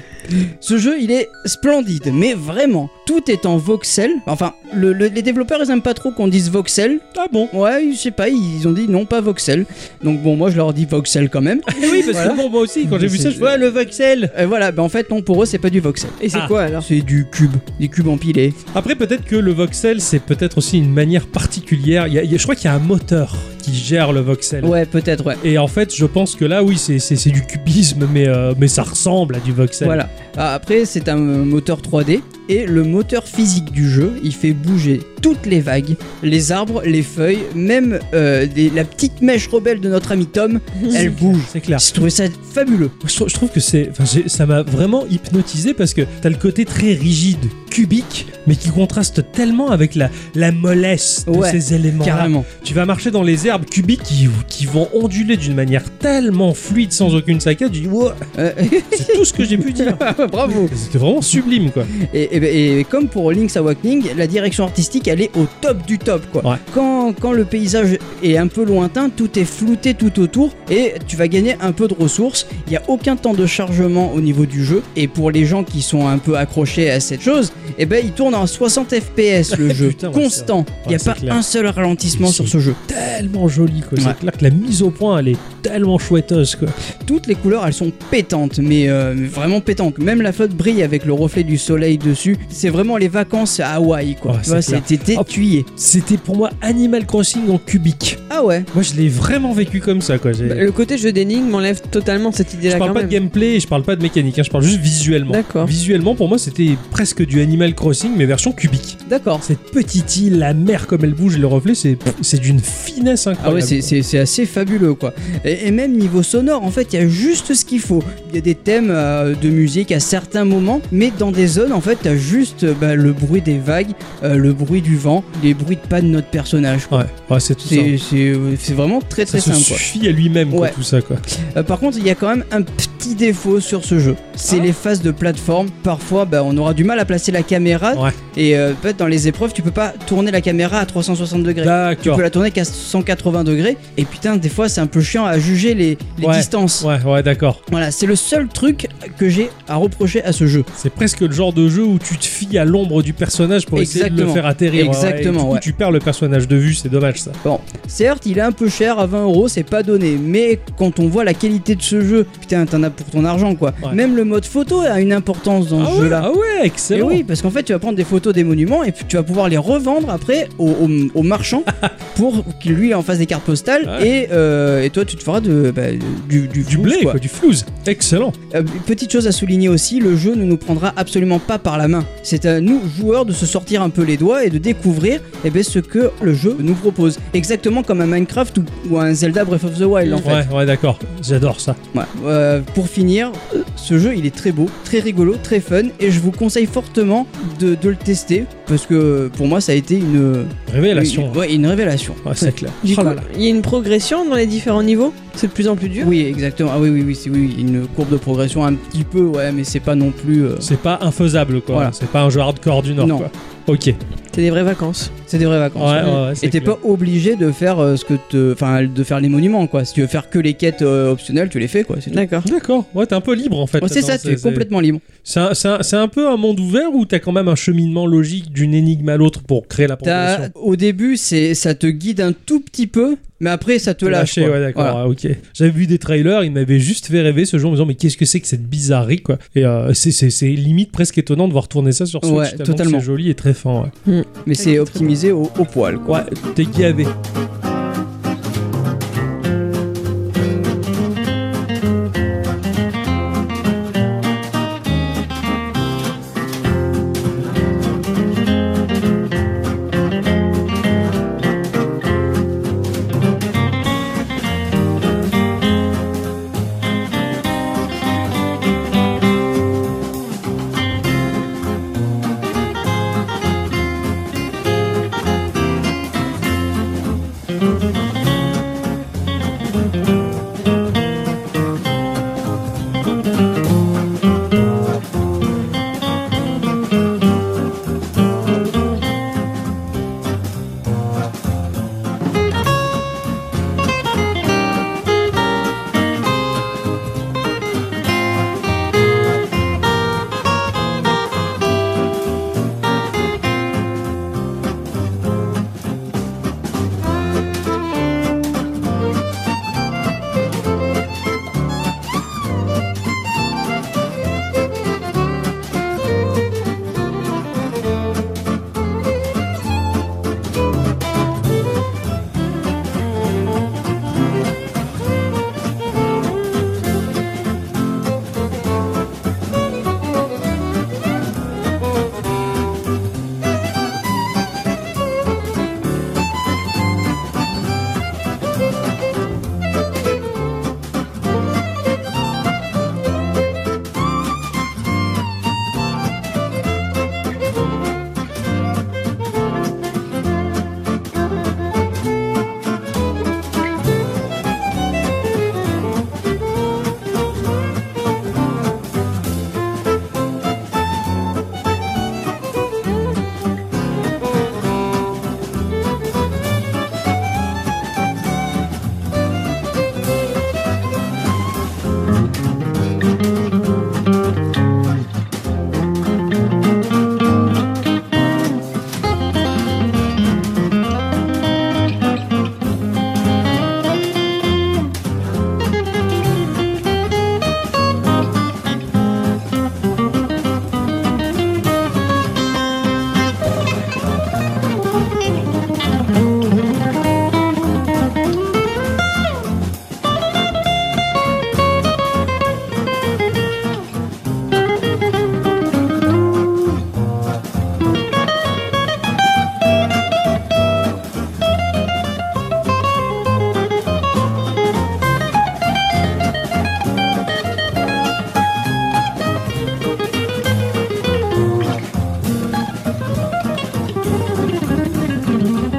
B: Ce jeu, il est splendide, mais vraiment, tout est en voxel. Enfin, le- le- les développeurs, ils aiment pas trop qu'on dise voxel,
A: Ah bon.
B: Ouais, je sais pas, ils ont dit non, pas voxel. Donc bon, moi je leur dis voxel quand
C: (laughs)
B: même.
A: oui, parce
B: Voilà.
A: que bon, moi aussi, quand j'ai vu ça, je vois le voxel.
B: Et voilà, ben en fait, non, pour eux, c'est pas du voxel.
C: Et c'est
A: Ah.
C: quoi alors
B: C'est du cube, des cubes empilés.
A: Après, peut-être que le voxel, c'est peut-être aussi une manière particulière. Il y a- il y a- je crois qu'il y a un moteur qui gère le voxel.
B: Ouais, peut-être, ouais.
A: Et en fait, je pense que là, oui, c'est- c'est c'est du cubisme, mais, euh, mais ça ressemble à du voxel.
B: Voilà. Ah, Après, c'est un euh, moteur 3D et le moteur physique du jeu, il fait bouger toutes les vagues, les arbres, les feuilles, même euh, des- la petite mèche rebelle de notre ami Tom, elle bouge.
A: C'est
C: Ah.
A: clair.
B: J'ai trouvé ça fabuleux.
A: Je, trou- je trouve que c'est, enfin, j'ai- ça m'a vraiment hypnotisé parce que t'as le côté très rigide, cubique, mais qui contraste tellement avec la, la mollesse de
B: Ouais,
A: ces éléments.
B: Carrément.
A: Tu vas marcher dans les herbes cubiques qui, qui vont onduler d'une manière tellement fluide, sans aucune saccade. Tu dis, Wow, (laughs)
B: Euh,
A: c'est tout ce que j'ai pu dire.
B: (laughs) Bravo.
A: C'était vraiment sublime, quoi.
B: Et, et ben- et comme pour Link's Awakening, la direction artistique elle est au top du top quoi.
A: Ouais.
B: Quand, quand le paysage est un peu lointain, tout est flouté tout autour et tu vas gagner un peu de ressources. Il n'y a aucun temps de chargement au niveau du jeu. Et pour les gens qui sont un peu accrochés à cette chose, et ben il tourne en 60 FPS
A: (laughs)
B: le jeu.
A: Putain, ouais,
B: constant. Il n'y a
A: Ouais,
B: pas
A: c'est clair.
B: un seul ralentissement
A: Mais
B: sur
A: c'est-
B: ce jeu.
A: Tellement joli, quoi.
B: Ouais.
A: C'est clair que la mise au point, elle est tellement chouetteuse, quoi.
B: Toutes les couleurs elles sont pétantes, mais euh, vraiment pétantes. Même la flotte brille avec le reflet du soleil dessus. C'est vraiment les vacances à Hawaï quoi.
A: Ouais,
B: tu
A: c'est
B: vois,
A: clair.
B: c'était
A: Oh.
B: étuyé.
A: C'était pour moi Animal Crossing en cubique.
B: Ah ouais.
A: Moi, je l'ai vraiment vécu comme ça, quoi.
B: euh,
A: J'ai-
C: Bah, Le côté jeu d'énigme m'enlève totalement cette
A: Je
C: idée-là
A: parle
C: quand
A: pas
C: même.
A: de gameplay, et je parle pas de mécanique, hein, je parle juste visuellement.
C: D'accord.
A: Visuellement, pour moi, c'était presque du Animal Crossing, mais version cubique.
B: D'accord.
A: Cette petite île, la mer comme elle bouge, le reflet, c'est pff, c'est d'une finesse
B: Ah ouais,
A: incroyable.
B: c'est- c'est c'est assez fabuleux quoi. Et, et même niveau sonore, en fait, il y a juste ce qu'il faut. Il y a des thèmes euh, de musique à certains moments, mais dans des zones, en fait, t'as juste euh, bah, le bruit des vagues, euh, le bruit du vent, les bruits de pas de notre personnage. quoi.
A: Ouais, ouais, c'est tout ça.
B: C'est c'est- euh, c'est vraiment très
A: Ça
B: très
A: se
B: simple. quoi.
A: suffit à lui-même, quoi,
B: Ouais.
A: tout ça, quoi.
B: Euh, par contre, il y a quand même un petit défaut sur ce jeu.
A: Ah.
B: C'est les phases de plateforme. Parfois, bah, on aura du mal à placer la caméra.
A: Ouais.
B: Et euh, peut-être dans les épreuves, tu peux pas tourner la caméra à 360 degrés. Tu
A: D'accord.
B: peux la tourner qu'à 180 degrés. Et putain, des fois, c'est un peu chiant à juger les, les
A: Ouais,
B: distances.
A: Ouais, ouais, d'accord.
B: Voilà, c'est le seul truc que j'ai à reprocher à ce jeu.
A: C'est presque le genre de jeu où tu te fies à l'ombre du personnage pour essayer de le
B: Exactement.
A: faire atterrir. ouais, ouais, et
B: Exactement,
A: du coup,
B: ouais.
A: Tu perds le personnage de vue, c'est dommage ça.
B: Certes, il est un peu cher à 20 euros, c'est pas donné. Mais quand on voit la qualité de ce jeu, putain, t'en as pour ton argent quoi.
A: Ouais.
B: Même le mode photo a une importance dans
A: ah,
B: ce
A: ouais,
B: jeu-là.
A: ah ouais,
B: Et
A: excellent.
B: oui, parce qu'en fait, tu vas prendre des photos des monuments et puis tu vas pouvoir les revendre après au, au-
A: (laughs)
B: au marchand pour qu'il lui en fasse des cartes postales
A: Ouais.
B: et, euh, et toi tu te feras de, bah, du, du,
A: Du
B: flouze,
A: blé,
B: quoi.
A: quoi, du flouze. Excellent.
B: Euh, petite chose à souligner aussi, le jeu ne nous prendra absolument pas par la main. C'est à nous, joueurs, de se sortir un peu les doigts et de découvrir eh ben, ce que le jeu nous propose. Exactement comme un Minecraft ou, ou un Zelda Breath of the Wild en fait.
A: Ouais, ouais, d'accord. J'adore ça.
B: Ouais. Euh, pour finir, euh, ce jeu il est très beau, très rigolo, très fun et je vous conseille fortement de, de le tester. parce que pour moi ça a été une
A: Révélation.
B: Une, ouais, une révélation.
A: Ouais, c'est clair.
C: Du
A: Oh
C: coup,
A: là là.
C: il y a une progression dans les différents niveaux. C'est de plus en plus dur.
B: Oui, exactement. Ah oui, oui, oui, c'est oui, une courbe de progression un petit peu, ouais, mais c'est pas non plus. euh,
A: C'est pas infaisable, quoi.
B: Voilà.
A: C'est pas un jeu hardcore du Nord,
B: Non.
A: quoi. Ok.
C: C'est des vraies vacances.
B: C'est des vraies vacances.
A: Ouais, ouais, ouais, c'est
B: Et t'es
A: clair.
B: pas obligé de faire euh, ce que te, enfin, de faire les monuments, quoi. Si tu veux faire que les quêtes euh, optionnelles, tu les fais, quoi. C'est tout.
C: D'accord.
A: D'accord. Ouais, t'es un peu libre, en fait.
B: Ouais, c'est
A: Attends,
B: ça, tu es complètement libre.
A: C'est un, c'est un- c'est un peu un monde ouvert où t'as quand même un cheminement logique d'une énigme à l'autre pour créer la
B: T'as-
A: progression
B: au début, c'est, ça te guide un tout petit peu, mais après, ça te lâche.
A: Lâché,
B: quoi.
A: ouais, d'accord,
B: Voilà.
A: ah, ok. J'avais vu des trailers, ils m'avaient juste fait rêver ce jour en me disant, mais qu'est-ce que c'est que cette bizarrerie, quoi. Et euh, c'est- c'est c'est limite presque étonnant de voir tourner ça sur Switch,
B: Ouais,
A: tellement que
B: totalement.
A: C'est joli et très fin, ouais.
B: Mais
C: Ouais,
B: c'est
C: très
B: optimisé au, au poil, quoi.
A: Ouais, t'es gavé.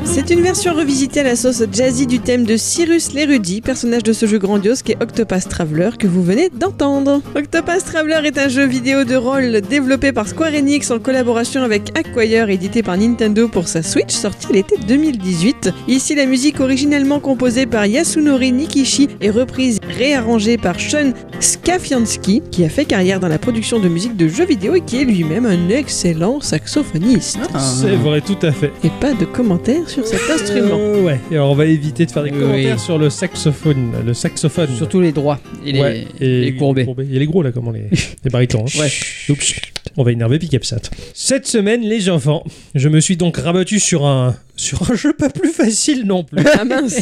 C: C'est une version revisitée à la sauce jazzy du thème de Cyrus l'érudit, personnage de ce jeu grandiose qui est Octopus Traveler que vous venez d'entendre. Octopus Traveler est un jeu vidéo de rôle développé par Square Enix en collaboration avec Acquire, édité par Nintendo pour sa Switch, sorti l'été 2018. Ici, la musique originellement composée par Yasunori Nikishi est reprise et réarrangée par Sean Skafiansky, qui a fait carrière dans la production de musique de jeux vidéo et qui est lui-même un excellent saxophoniste.
B: Ah.
A: C'est vrai, tout à fait.
C: Et pas de commentaires sur cet instrument.
A: Euh, ouais, et alors on va éviter de faire des
B: Oui.
A: commentaires sur le saxophone. Le saxophone.
B: Surtout les droits et les,
A: Ouais,
B: et les courbés.
A: Il est gros là, comment les, les baritons. hein.
B: Ouais.
A: Oups, on va énerver Picapsat. Cette semaine, les enfants, je me suis donc rabattu sur un, sur un jeu pas plus facile non plus.
C: Ah mince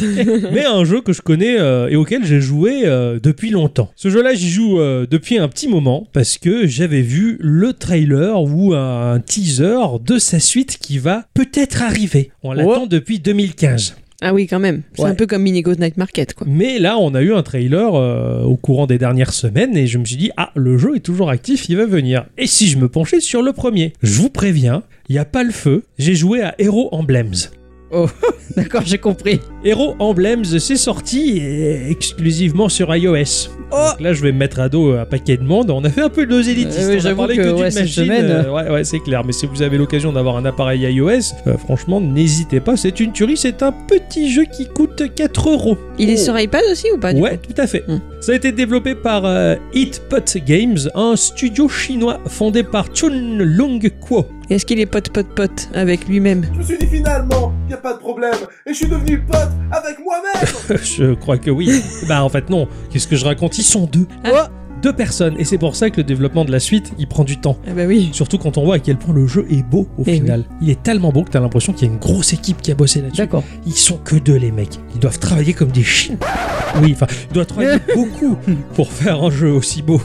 A: mais un jeu que je connais euh, et auquel j'ai joué euh, depuis longtemps. Ce jeu-là, j'y joue euh, depuis un petit moment parce que j'avais vu le trailer ou un teaser de sa suite qui va peut-être arriver. On l'attend depuis 2015.
C: Ah oui, quand même. C'est
B: Ouais.
C: un peu comme Minigo Night Market, quoi.
A: Mais là, on a eu un trailer euh, au courant des dernières semaines et je me suis dit, ah, le jeu est toujours actif, il va venir. Et si je me penchais sur le premier Je vous préviens, il n'y a pas le feu, j'ai joué à Hero Emblems.
B: D'accord, j'ai compris.
A: Hero Emblems, c'est sorti euh, exclusivement sur iOS.
B: Oh
A: Donc là, je vais me mettre à dos un paquet de monde. On a fait un peu de nos élitistes.
B: Euh, oui,
A: On a
B: j'avoue
A: parlé
B: que,
A: d'une
B: ouais, cette
A: machine,
B: semaine,
A: euh, ouais, ouais, c'est clair. Mais si vous avez l'occasion d'avoir un appareil iOS, euh, franchement, n'hésitez pas. C'est une tuerie. C'est un petit jeu qui coûte 4 euros.
C: Il est sur iPad aussi ou pas du
A: Oh. Ouais, tout à fait.
C: Hmm.
A: Ça a été développé par euh, Hit Pot Games, un studio chinois fondé par Chun Long Kuo. (laughs)
C: coup Est-ce qu'il est pote pote pote avec lui-même
G: Je me suis dit finalement, y a pas de problème, et je suis devenu pote avec moi-même
A: Je crois que
C: (laughs)
A: oui. bah en fait non. Qu'est-ce que je raconte Ils sont deux.
C: Ah.
A: Deux personnes. Et c'est pour ça que le développement de la suite, il prend du temps.
C: Ah bah oui. (laughs)
A: Surtout quand on voit à quel point le jeu est beau au
C: Eh
A: final. Il est tellement beau que t'as l'impression qu'il y a une grosse équipe qui a bossé là-dessus.
B: D'accord.
A: Ils sont que deux les mecs. Ils doivent travailler comme des chiens. Oui, enfin, ils doivent
C: (laughs)
A: travailler beaucoup pour faire un jeu aussi beau.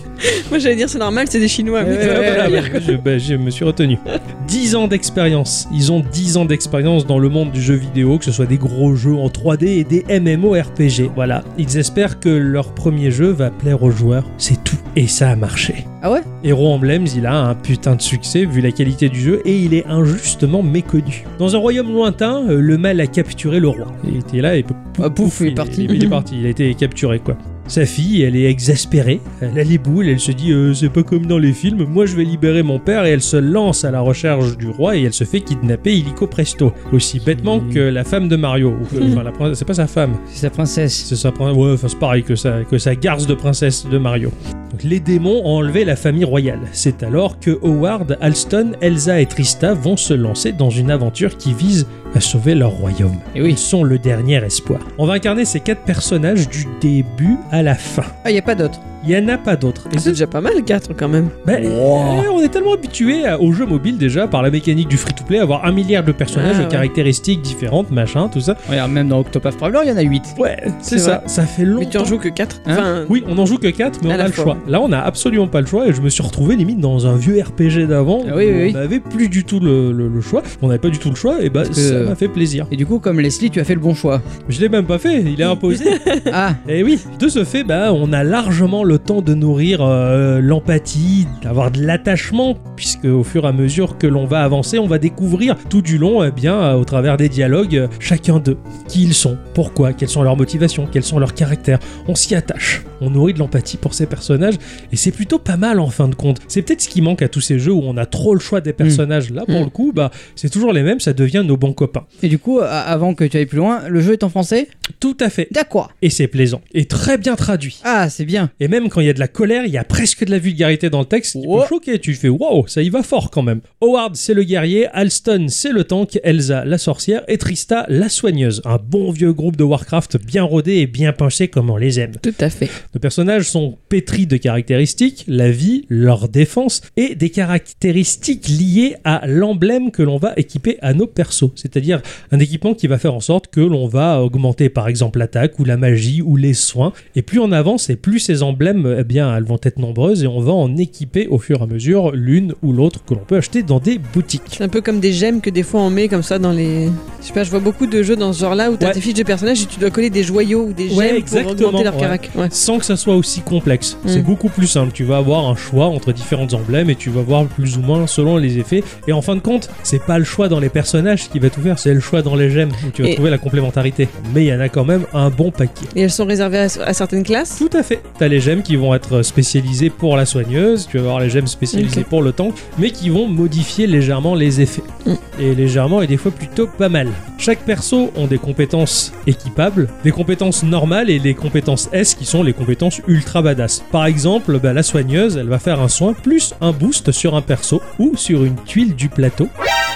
C: Moi j'allais dire c'est normal, c'est des Chinois. mais-
A: Ouais, voilà, bah, je, bah, je me suis retenu. 10 ans d'expérience. Ils ont 10 ans d'expérience dans le monde du jeu vidéo, que ce soit des gros jeux en 3D et des MMORPG. Voilà. Ils espèrent que leur premier jeu va plaire aux joueurs. C'est tout. Et ça a marché.
B: Ah ouais
A: Hero Emblems, il a un putain de succès vu la qualité du jeu et il est injustement méconnu. Dans un royaume lointain, euh, le mal a capturé le roi. Il était là et
B: Ah, pouf, il est parti.
A: Il, il est parti, il a été capturé quoi. Sa fille, elle est exaspérée, elle a les boules, elle se dit euh, c'est pas comme dans les films, moi je vais libérer mon père et elle se lance à la recherche du roi et elle se fait kidnapper illico presto. Aussi bêtement que la femme de Mario.
B: (laughs)
A: Ou, euh, Enfin, la princesse- c'est pas sa femme,
B: C'est sa princesse.
A: c'est sa prin- ouais, enfin, c'est pareil que sa, que sa garce de princesse de Mario. Donc, les démons ont enlevé la famille royale. C'est alors que Howard, Alston, Elsa et Trista vont se lancer dans une aventure qui vise à sauver leur royaume.
B: Et
C: Eh
B: oui.
A: Ils sont le dernier espoir. On va incarner ces quatre personnages du début à la fin.
B: Ah, y a pas d'autre.
A: Il n'y en a pas d'autres. Et
C: C'est
A: c'est-
C: déjà pas mal, 4 quand même.
A: ben,
B: Wow.
A: euh, on est tellement habitué à- aux jeux mobiles déjà par la mécanique du free-to-play, avoir un milliard de personnages
C: Ah,
A: aux
C: ouais.
A: caractéristiques différentes, machin, tout ça.
B: Regarde, même dans Octopath Traveler, il y en a 8.
A: Ouais, c'est
C: C'est
A: ça. Ça fait
C: Mais tu en
A: Ah, longtemps
C: joues que 4
B: Hein
C: Enfin,
A: Oui, on en joue que 4, mais
C: À
A: on
C: la
A: a le
C: fois,
A: choix. Là, on a absolument pas le choix et je me suis retrouvé limite dans un vieux RPG d'avant.
B: Ah oui,
A: où
B: oui, oui.
A: On n'avait plus du tout le, le- le choix. On n'avait pas du tout le choix et bah
B: Parce que-
A: ça m'a fait plaisir.
B: Et du coup, comme Leslie, tu as fait le bon (laughs) choix.
A: Je l'ai même pas fait, il est
B: (laughs)
A: imposé.
B: Ah,
A: et Eh oui, de ce fait, bah, on a largement le temps de nourrir euh, l'empathie, d'avoir de l'attachement, puisque au fur et à mesure que l'on va avancer, on va découvrir tout du long, eh bien, euh, au travers des dialogues, euh, chacun d'eux, qui ils sont, pourquoi, quelles sont leurs motivations, quels sont leurs caractères. On s'y attache, on nourrit de l'empathie pour ces personnages, et c'est plutôt pas mal en fin de compte. C'est peut-être ce qui manque à tous ces jeux où on a trop le choix des personnages. Là, pour
C: Mm.
A: le coup, bah, c'est toujours les mêmes, ça devient nos bons copains.
B: et du coup, a- avant que tu ailles plus loin, le jeu est en français
A: Tout à fait.
B: D'accord.
A: Et c'est plaisant. Et très bien traduit.
B: Ah, c'est bien.
A: Et même quand il y a de la colère, il y a presque de la vulgarité dans le texte. Tu
B: Wow.
A: peux choquer, tu fais waouh, ça y va fort quand même. Howard, c'est le guerrier, Alston, c'est le tank, Elsa, la sorcière, et Trista, la soigneuse. Un bon vieux groupe de Warcraft bien rodé et bien pincé comme on les aime.
C: tout à fait.
A: Nos personnages sont pétris de caractéristiques, la vie, leur défense et des caractéristiques liées à l'emblème que l'on va équiper à nos persos. C'est-à-dire un équipement qui va faire en sorte que l'on va augmenter par exemple l'attaque ou la magie ou les soins. Et plus on avance et plus ces emblèmes, eh bien, elles vont être nombreuses et on va en équiper au fur et à mesure l'une ou l'autre que l'on peut acheter dans des boutiques.
C: C'est un peu comme des gemmes que des fois on met comme ça dans les. Je sais pas, je vois beaucoup de jeux dans ce genre là où t'as
A: Ouais.
C: tes fiches de personnages et tu dois coller des joyaux ou des gemmes
A: Ouais,
C: pour
A: exactement,
C: augmenter leur
A: ouais.
C: carac. Ouais.
A: sans que ça soit aussi complexe.
C: Mm.
A: C'est beaucoup plus simple. Tu vas avoir un choix entre différents emblèmes et tu vas voir plus ou moins selon les effets. Et en fin de compte, c'est pas le choix dans les personnages qui va tout faire, c'est le choix dans les gemmes où tu vas
C: Et-
A: trouver la complémentarité. Mais il y en a quand même un bon paquet.
C: Et elles sont réservées à, à certaines classes
A: Tout à fait. T'as les gemmes qui vont être spécialisées pour la soigneuse, tu vas avoir les gemmes spécialisées
C: Ok.
A: pour le tank, mais qui vont modifier légèrement les effets.
C: Mm.
A: Et légèrement et des fois plutôt pas mal. Chaque perso ont des compétences équipables, des compétences normales et des compétences S qui sont les compétences ultra badass. Par exemple, bah, la soigneuse, elle va faire un soin plus un boost sur un perso ou sur une tuile du plateau.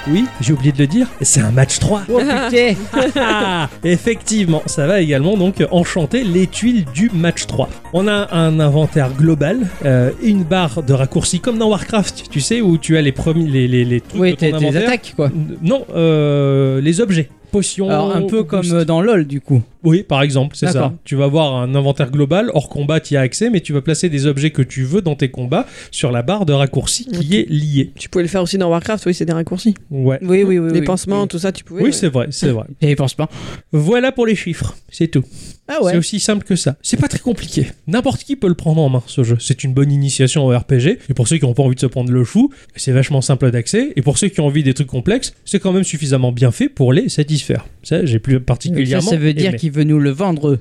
A: Oui, j'ai oublié de le dire, c'est un match 3.
B: Oh putain (laughs)
A: Ah, Effectivement, ça va également donc enchanter les tuiles du match 3. On a un inventaire global, euh, une barre de raccourci comme dans Warcraft, tu sais, où tu as les premiers, les, les, les trucs
B: Oui,
A: de
B: t'as
A: ton
B: tes
A: inventaire.
B: attaques quoi.
A: Non, euh, les objets, potions.
B: Alors, un peu
A: boosts.
B: comme dans LoL du coup.
A: Oui, par exemple, c'est ça.
B: D'accord.
A: Tu vas avoir un inventaire global. Hors combat, tu y as accès, mais tu vas placer des objets que tu veux dans tes combats sur la barre de raccourci qui est liée.
C: Tu pouvais le faire aussi dans Warcraft, oui, c'est des raccourcis.
A: Ouais.
B: Oui, oui, oui.
C: les
B: oui.
C: pansements, tout ça, tu pouvais.
A: Oui,
C: ouais.
A: c'est vrai, c'est vrai.
B: J'y pense pas.
A: Voilà pour les chiffres, c'est tout.
C: Ah ouais.
A: C'est aussi simple que ça. C'est pas très compliqué. N'importe qui peut le prendre en main, ce jeu. C'est une bonne initiation au RPG. Et pour ceux qui n'ont pas envie de se prendre le chou, c'est vachement simple d'accès. Et pour ceux qui ont envie des trucs complexes, c'est quand même suffisamment bien fait pour les satisfaire. Ça, j'ai plus
B: Ça,
A: particulièrement.
B: ça veut dire
A: aimé.
B: qu'il veut nous le vendre. eux.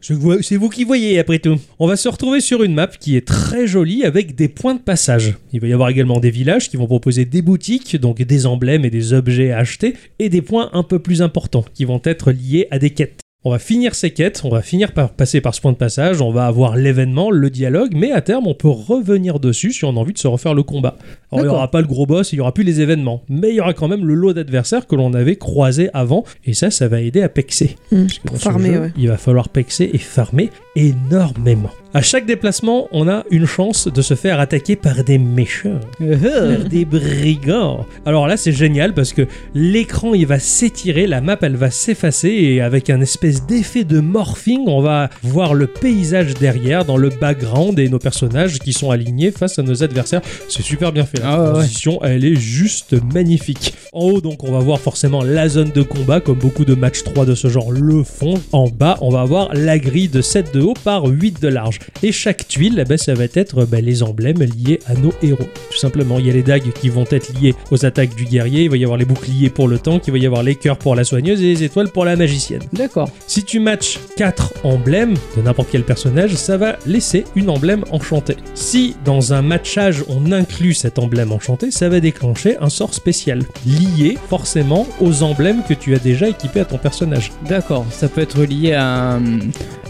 A: C'est vous- C'est vous qui voyez après tout. On va se retrouver sur une map qui est très jolie avec des points de passage. Il va y avoir également des villages qui vont proposer des boutiques, donc des emblèmes et des objets à acheter, et des points un peu plus importants qui vont être liés à des quêtes. On va finir ces quêtes, on va finir par passer par ce point de passage, on va avoir l'événement, le dialogue, mais à terme on peut revenir dessus si on a envie de se refaire le combat. Alors il n'y
B: D'accord.
A: aura pas le gros boss, il n'y aura plus les événements, mais il y aura quand même le lot d'adversaires que l'on avait croisé avant, et ça, ça va aider à pexer.
C: Hmm.
A: Parce que dans ce
C: Farmer,
A: jeu,
C: ouais.
A: Il va falloir pexer et farmer énormément. À chaque déplacement, on a une chance de se faire attaquer par des méchants,
C: Uh-huh.
A: par des brigands. Alors là, c'est génial parce que l'écran il va s'étirer, la map elle va s'effacer et avec un espèce d'effet de morphing, on va voir le paysage derrière dans le background et nos personnages qui sont alignés face à nos adversaires. C'est super bien fait. La
B: Ah ouais, ouais.
A: transition, elle est juste magnifique. En haut, donc, on va voir forcément la zone de combat, comme beaucoup de matchs 3 de ce genre le font. En bas, on va avoir la grille de 7 de haut par 8 de large. Et chaque tuile, eh ben, ça va être ben, les emblèmes liés à nos héros. Tout simplement, il y a les dagues qui vont être liées aux attaques du guerrier, il va y avoir les boucliers pour le tank, il va y avoir les cœurs pour la soigneuse et les étoiles pour la magicienne.
B: D'accord.
A: Si tu matches 4 emblèmes de n'importe quel personnage, ça va laisser une emblème enchantée. Si dans un matchage on inclut cet emblème enchanté, ça va déclencher un sort spécial, lié forcément aux emblèmes que tu as déjà équipés à ton personnage.
B: D'accord. Ça peut être lié à,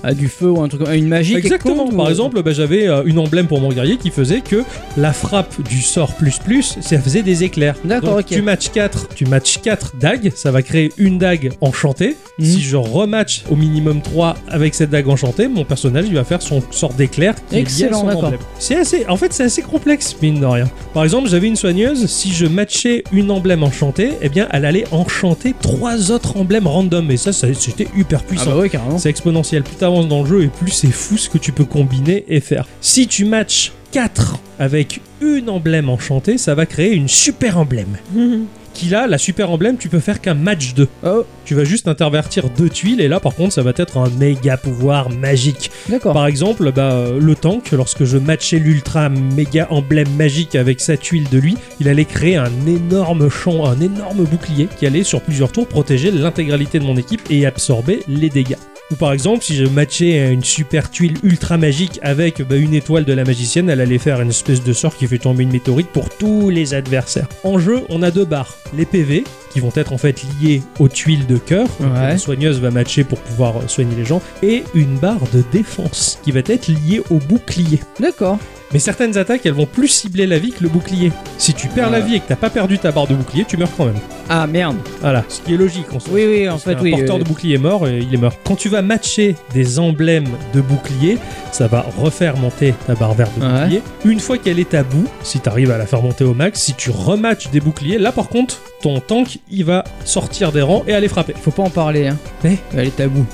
B: à du feu ou un truc, à une magie. quelque
A: Exactement,
B: compte, ou-
A: par exemple, bah, j'avais euh, une emblème pour mon guerrier qui faisait que la frappe du sort plus plus, ça faisait des éclairs.
B: D'accord,
A: Donc,
B: ok.
A: Tu matches 4, tu matches 4 dagues, ça va créer une dague enchantée.
B: Mhm.
A: Si je rematch au minimum 3 avec cette dague enchantée, mon personnage il va faire son sort d'éclair qui est lié à
B: Excellent,
A: son
B: d'accord.
A: emblème. C'est assez, en fait, c'est assez complexe, mine de rien. Par exemple, j'avais une soigneuse, si je matchais une emblème enchantée, eh bien, elle allait enchanter trois autres emblèmes random. Et ça, ça- c'était hyper
B: Ah
A: puissant.
B: bah oui, carrément.
A: C'est exponentiel. Plus t'avances dans le jeu et plus c'est fou ce que tu peux combiner et faire. Si tu matches 4 avec une emblème enchantée, ça va créer une super emblème.
C: (laughs)
A: Qui là, la super emblème, tu peux faire qu'un match 2.
B: Oh,
A: Tu vas juste intervertir deux tuiles et là par contre ça va être un méga pouvoir magique.
B: d'accord.
A: Par exemple, bah, euh, le tank, lorsque je matchais l'ultra méga emblème magique avec sa tuile de lui, il allait créer un énorme champ, un énorme bouclier qui allait sur plusieurs tours protéger l'intégralité de mon équipe et absorber les dégâts. Ou par exemple, si je matchais euh, une super tuile ultra magique avec bah, une étoile de la magicienne, elle allait faire une espèce de sort qui fait tomber une météorite pour tous les adversaires. En jeu, on a deux barres. Les PV, qui vont être en fait liés aux tuiles de cœur, donc
B: Ouais.
A: la soigneuse va matcher pour pouvoir euh, soigner les gens, et une barre de défense, qui va être liée au bouclier.
B: D'accord.
A: Mais certaines attaques, elles vont plus cibler la vie que le bouclier. Si tu perds la vie et que t'as pas perdu ta barre de bouclier, tu meurs quand même.
B: Ah merde.
A: Voilà, ce qui est logique en soi.
B: Oui, oui, en
A: Parce
B: fait,
A: qu'un
B: oui.
A: porteur
B: euh,
A: de bouclier mort, euh, il est mort. Quand tu vas matcher des emblèmes de bouclier, ça va refaire monter ta barre verte de
B: Ouais.
A: bouclier. Une fois qu'elle est à bout, si tu arrives à la faire monter au max, si tu rematches des boucliers, là par contre, ton tank, il va sortir des rangs et aller
B: (laughs)
A: frapper.
B: Faut pas en parler, hein.
A: Eh
B: Elle est tabou.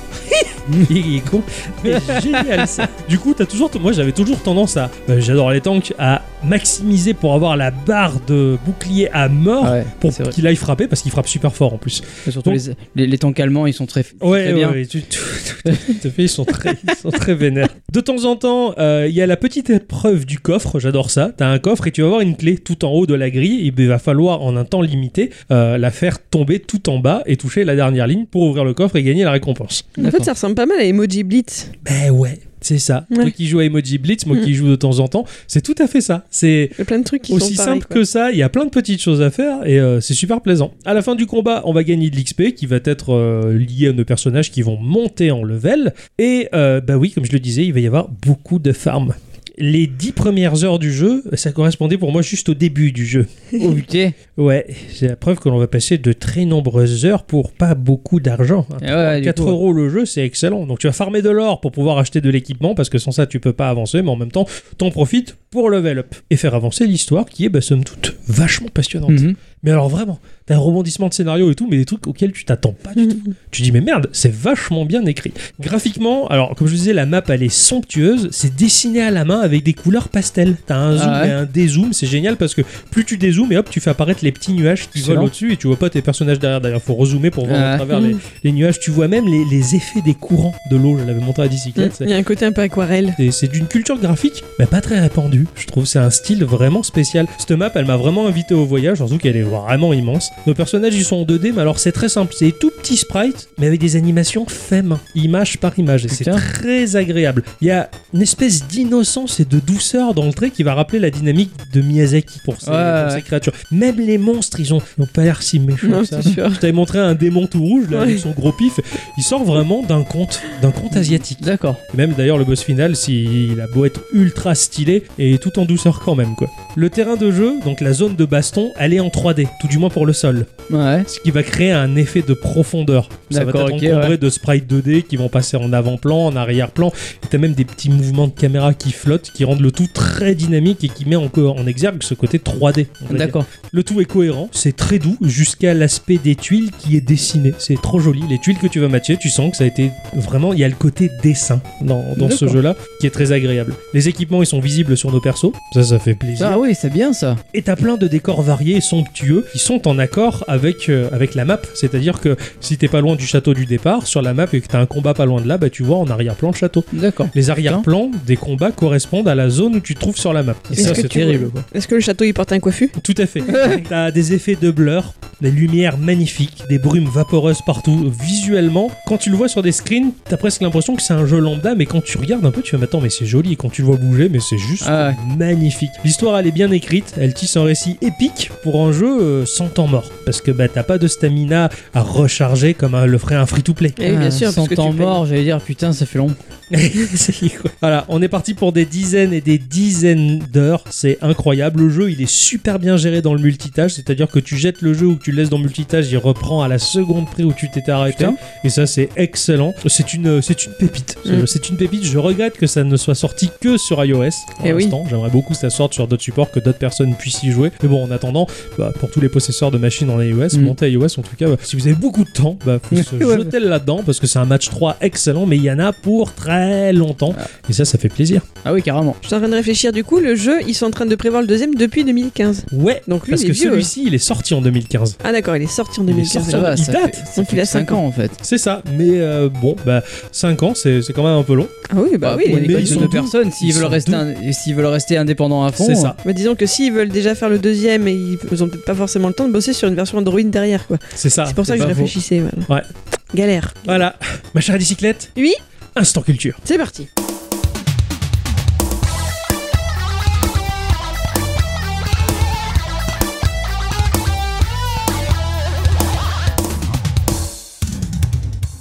A: Il est con, mais génial ça. Du coup, t'as toujours, moi j'avais toujours tendance à, bah, j'adore les tanks, à maximiser pour avoir la barre de bouclier à mort
B: Ah ouais,
A: Ah, pour
B: c'est vrai.
A: qu'il aille frapper parce qu'il frappe super fort en plus.
B: Et Surtout
A: Donc-
B: les, les, les tanks allemands, ils sont très,
A: Ouais,
B: très
A: ouais,
B: bien.
A: ouais, tu- tu- tout, à fait, ils sont très, ils sont très vénères. De temps en temps, euh, il y a la petite épreuve du coffre, j'adore ça. T'as un coffre et tu vas avoir une clé tout en haut de la grille, et il va falloir en un temps limité euh, la faire tomber tout en bas et toucher la dernière ligne pour ouvrir le coffre et gagner la récompense.
C: En fait,
B: D'accord.
C: ça ressemble pas mal à Emoji Blitz.
A: Ben ouais, c'est ça.
C: Ouais.
A: Moi qui joue à Emoji Blitz, moi
C: Mm.
A: qui y joue de temps en temps, c'est tout à fait ça. C'est
C: Il y a plein de trucs qui
A: aussi
C: sont pareils,
A: simple
C: quoi.
A: que ça, il y a plein de petites choses à faire et euh, c'est super plaisant. À la fin du combat, on va gagner de l'XP qui va être euh, lié à nos personnages qui vont monter en level. Et euh, bah oui, comme je le disais, il va y avoir beaucoup de farm. Les dix premières heures du jeu, ça correspondait pour moi juste au début du jeu.
B: Oh putain.
A: Ouais, c'est la preuve que l'on va passer de très nombreuses heures pour pas beaucoup d'argent. hein.
B: Eh ouais, du
A: 4
B: coup,
A: euros le jeu, c'est excellent. Donc tu vas farmer de l'or pour pouvoir acheter de l'équipement parce que sans ça tu peux pas avancer, mais en même temps t'en profites pour level up et faire avancer l'histoire qui est bah, somme toute vachement passionnante.
B: Mhm.
A: Mais alors vraiment, t'as un rebondissement de scénario et tout, mais des trucs auxquels tu t'attends pas du tout.
C: Mm.
A: Tu dis mais merde, c'est vachement bien écrit. Graphiquement, alors comme je vous disais, la map elle est somptueuse, c'est dessiné à la main avec des couleurs pastel. T'as un zoom
B: Ah ouais.
A: et un dézoom, c'est génial parce que plus tu dézoomes et hop, tu fais apparaître les petits nuages qui
B: Excellent.
A: volent au-dessus et tu vois pas tes personnages derrière. D'ailleurs, faut rezoomer pour voir
B: Ah.
A: à travers les, les nuages. Tu vois même les, les effets des courants de l'eau. Je l'avais montré à la
B: Mm,
A: bicyclette. c'est-
C: Il y a un côté un peu aquarelle.
A: et c'est d'une culture graphique, mais pas très répandue. Je trouve c'est un style vraiment spécial. Cette map, elle m'a vraiment invité au voyage, surtout qu'elle est vraiment immense. Nos personnages, ils sont en 2D, mais alors c'est très simple. C'est des tout petits sprites, mais avec des animations fait main, image par image. Et c'est
B: Putain.
A: très agréable. Il y a une espèce d'innocence et de douceur dans le trait qui va rappeler la dynamique de Miyazaki pour ces,
B: Ouais,
A: pour
B: ouais.
A: ces créatures. Même les monstres, ils ont, ils ont pas l'air si méchants.
C: Non,
A: que ça.
C: c'est sûr.
A: Je t'avais montré un démon tout rouge, là,
C: Ouais.
A: avec son gros pif. Il sort vraiment d'un conte, d'un conte asiatique.
B: D'accord.
A: Même d'ailleurs le boss final, s'il a beau être ultra stylé et tout en douceur quand même quoi. Le terrain de jeu, donc la zone de baston, elle est en 3D, tout du moins pour le sol,
B: Ouais.
A: ce qui va créer un effet de profondeur. Ça va être
B: D'accord, ok,
A: encombré
B: ouais.
A: de sprites 2D qui vont passer en avant-plan, en arrière-plan. Et T'as même des petits mouvements de caméra qui flottent, qui rendent le tout très dynamique et qui met encore en exergue ce côté 3D. on va dire.
B: D'accord.
A: Le tout est cohérent, c'est très doux jusqu'à l'aspect des tuiles qui est dessiné. C'est trop joli. Les tuiles que tu vas matcher, tu sens que ça a été vraiment. Il y a le côté dessin dans, dans ce
B: D'accord.
A: jeu-là qui est très agréable. Les équipements, ils sont visibles sur nos persos. Ça, ça fait plaisir.
B: Ah oui, c'est bien ça.
A: Et t'as plein de décors variés et somptueux qui sont en accord avec, euh, avec la map. C'est-à-dire que si t'es pas loin du château du départ, sur la map et que t'as un combat pas loin de là, bah tu vois en arrière-plan le château.
B: D'accord.
A: Les arrière-plans des combats correspondent à la zone où tu te trouves sur la map. Et
C: Est-ce
A: ça,
C: que
A: c'est
C: tu-
A: terrible.
B: quoi.
C: Est-ce que le château il porte un coiffu
A: Tout à fait.
C: (laughs)
A: T'as des effets de blur, des lumières magnifiques, des brumes vaporeuses partout. Visuellement, quand tu le vois sur des screens, t'as presque l'impression que c'est un jeu lambda, mais quand tu regardes un peu, tu vas mais attends, mais c'est joli. Et quand tu le vois bouger, mais c'est juste
B: Ah ouais.
A: magnifique. L'histoire, elle est bien écrite. Elle tisse un récit épique pour un jeu euh, sans temps mort. Parce que bah, t'as pas de stamina à recharger comme un- le ferait un free-to-play.
C: Eh oui, bien
B: Ah,
C: sûr,
B: Sans
C: parce que
B: temps
C: tu payes.
B: mort, j'allais dire putain, ça fait long.
A: (laughs) C'est quoi Voilà, on est parti pour des dizaines et des dizaines d'heures. C'est incroyable. Le jeu, il est super bien géré dans le multitâche. C'est-à-dire que tu jettes le jeu ou que tu le laisses dans le multitâche, il reprend à la seconde près où tu t'étais arrêté.
B: Putain.
A: Et ça, c'est excellent. C'est une, euh, c'est une pépite. Ce
C: Mm.
A: jeu, C'est une pépite. Je regrette que ça ne soit sorti que sur iOS pour
C: Eh oui.
A: l'instant. J'aimerais beaucoup que ça sorte sur d'autres supports, que d'autres personnes puissent y jouer. Mais bon, en attendant, bah, pour tous les possesseurs de machines en iOS,
B: Mm.
A: montez iOS en tout cas. bah, si vous avez beaucoup de temps, bah, faut se
B: Ouais.
A: jeter là-dedans parce que c'est un match 3 excellent, mais il y en a pour très longtemps.
C: Ah.
A: Et ça, ça fait plaisir.
B: Ah oui, carrément.
C: Je suis en train de réfléchir du coup, le jeu, ils sont en train de prévoir le deuxième depuis 2015.
A: Ouais.
C: Donc lui,
A: Parce
C: il est
A: que
C: vieux. hein.
A: celui-ci, il est sorti en 2015.
C: Ah d'accord, il est sorti en
A: Il est
C: 2015.
A: sorti. Ça va,
B: ça
A: il date.
B: fait, ça
C: Donc il
B: fait
C: a
B: cinq
C: cinq
B: ans en fait.
A: C'est ça, mais euh, bon, bah 5 ans, c'est c'est quand même un peu long.
C: Ah oui, bah
B: pour
A: oui,
B: une
A: mais
B: équipe
A: ils sont
B: de
A: doux.
B: deux personnes,
A: Ils
B: s'ils veulent
A: sont
B: rester,
A: doux.
B: ind- s'ils veulent rester indépendants à fond.
A: C'est ça,
C: Bah, disons que s'ils veulent déjà faire le deuxième, et ils ils ont peut-être pas forcément le temps de bosser sur une version Android derrière quoi.
A: Ah, c'est ça.
C: c'est pour ça que je
B: pas faux.
C: réfléchissais. voilà.
A: Ouais.
C: Galère.
A: Voilà, ma chère bicyclette,
C: Oui,
A: instant culture.
C: c'est parti.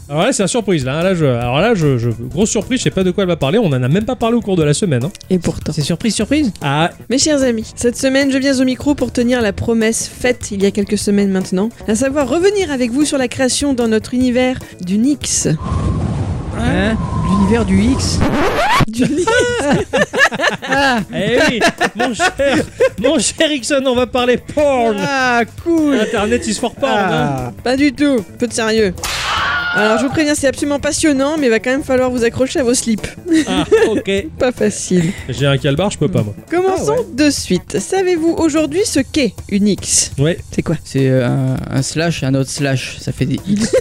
A: Alors là, c'est la surprise. Là, là, je, alors là, je, je- grosse surprise, je sais pas de quoi elle va parler. On en a même pas parlé au cours de la semaine. hein.
C: Et pourtant.
B: C'est surprise, surprise
A: Ah,
C: Mes chers amis, cette semaine, je viens au micro pour tenir la promesse faite il y a quelques semaines maintenant, à savoir revenir avec vous sur la création dans notre univers du Nix.
B: Hein L'univers du X
C: Du Nix
A: eh
C: (laughs)
A: oui, mon cher, mon cher Ixon, on va parler porn.
B: Ah, cool
A: Internet is for porn. hein.
B: Ah.
C: Pas du tout, peu de sérieux. Alors je vous préviens, c'est absolument passionnant, mais il va quand même falloir vous accrocher à vos slips.
A: Ah, ok.
C: Pas facile.
A: J'ai un calbar, je peux pas, moi.
B: Ah
C: Commençons de suite. Savez-vous aujourd'hui ce qu'est une X
A: Ouais.
C: C'est quoi
B: C'est euh, un, un slash, un autre slash, ça fait des X.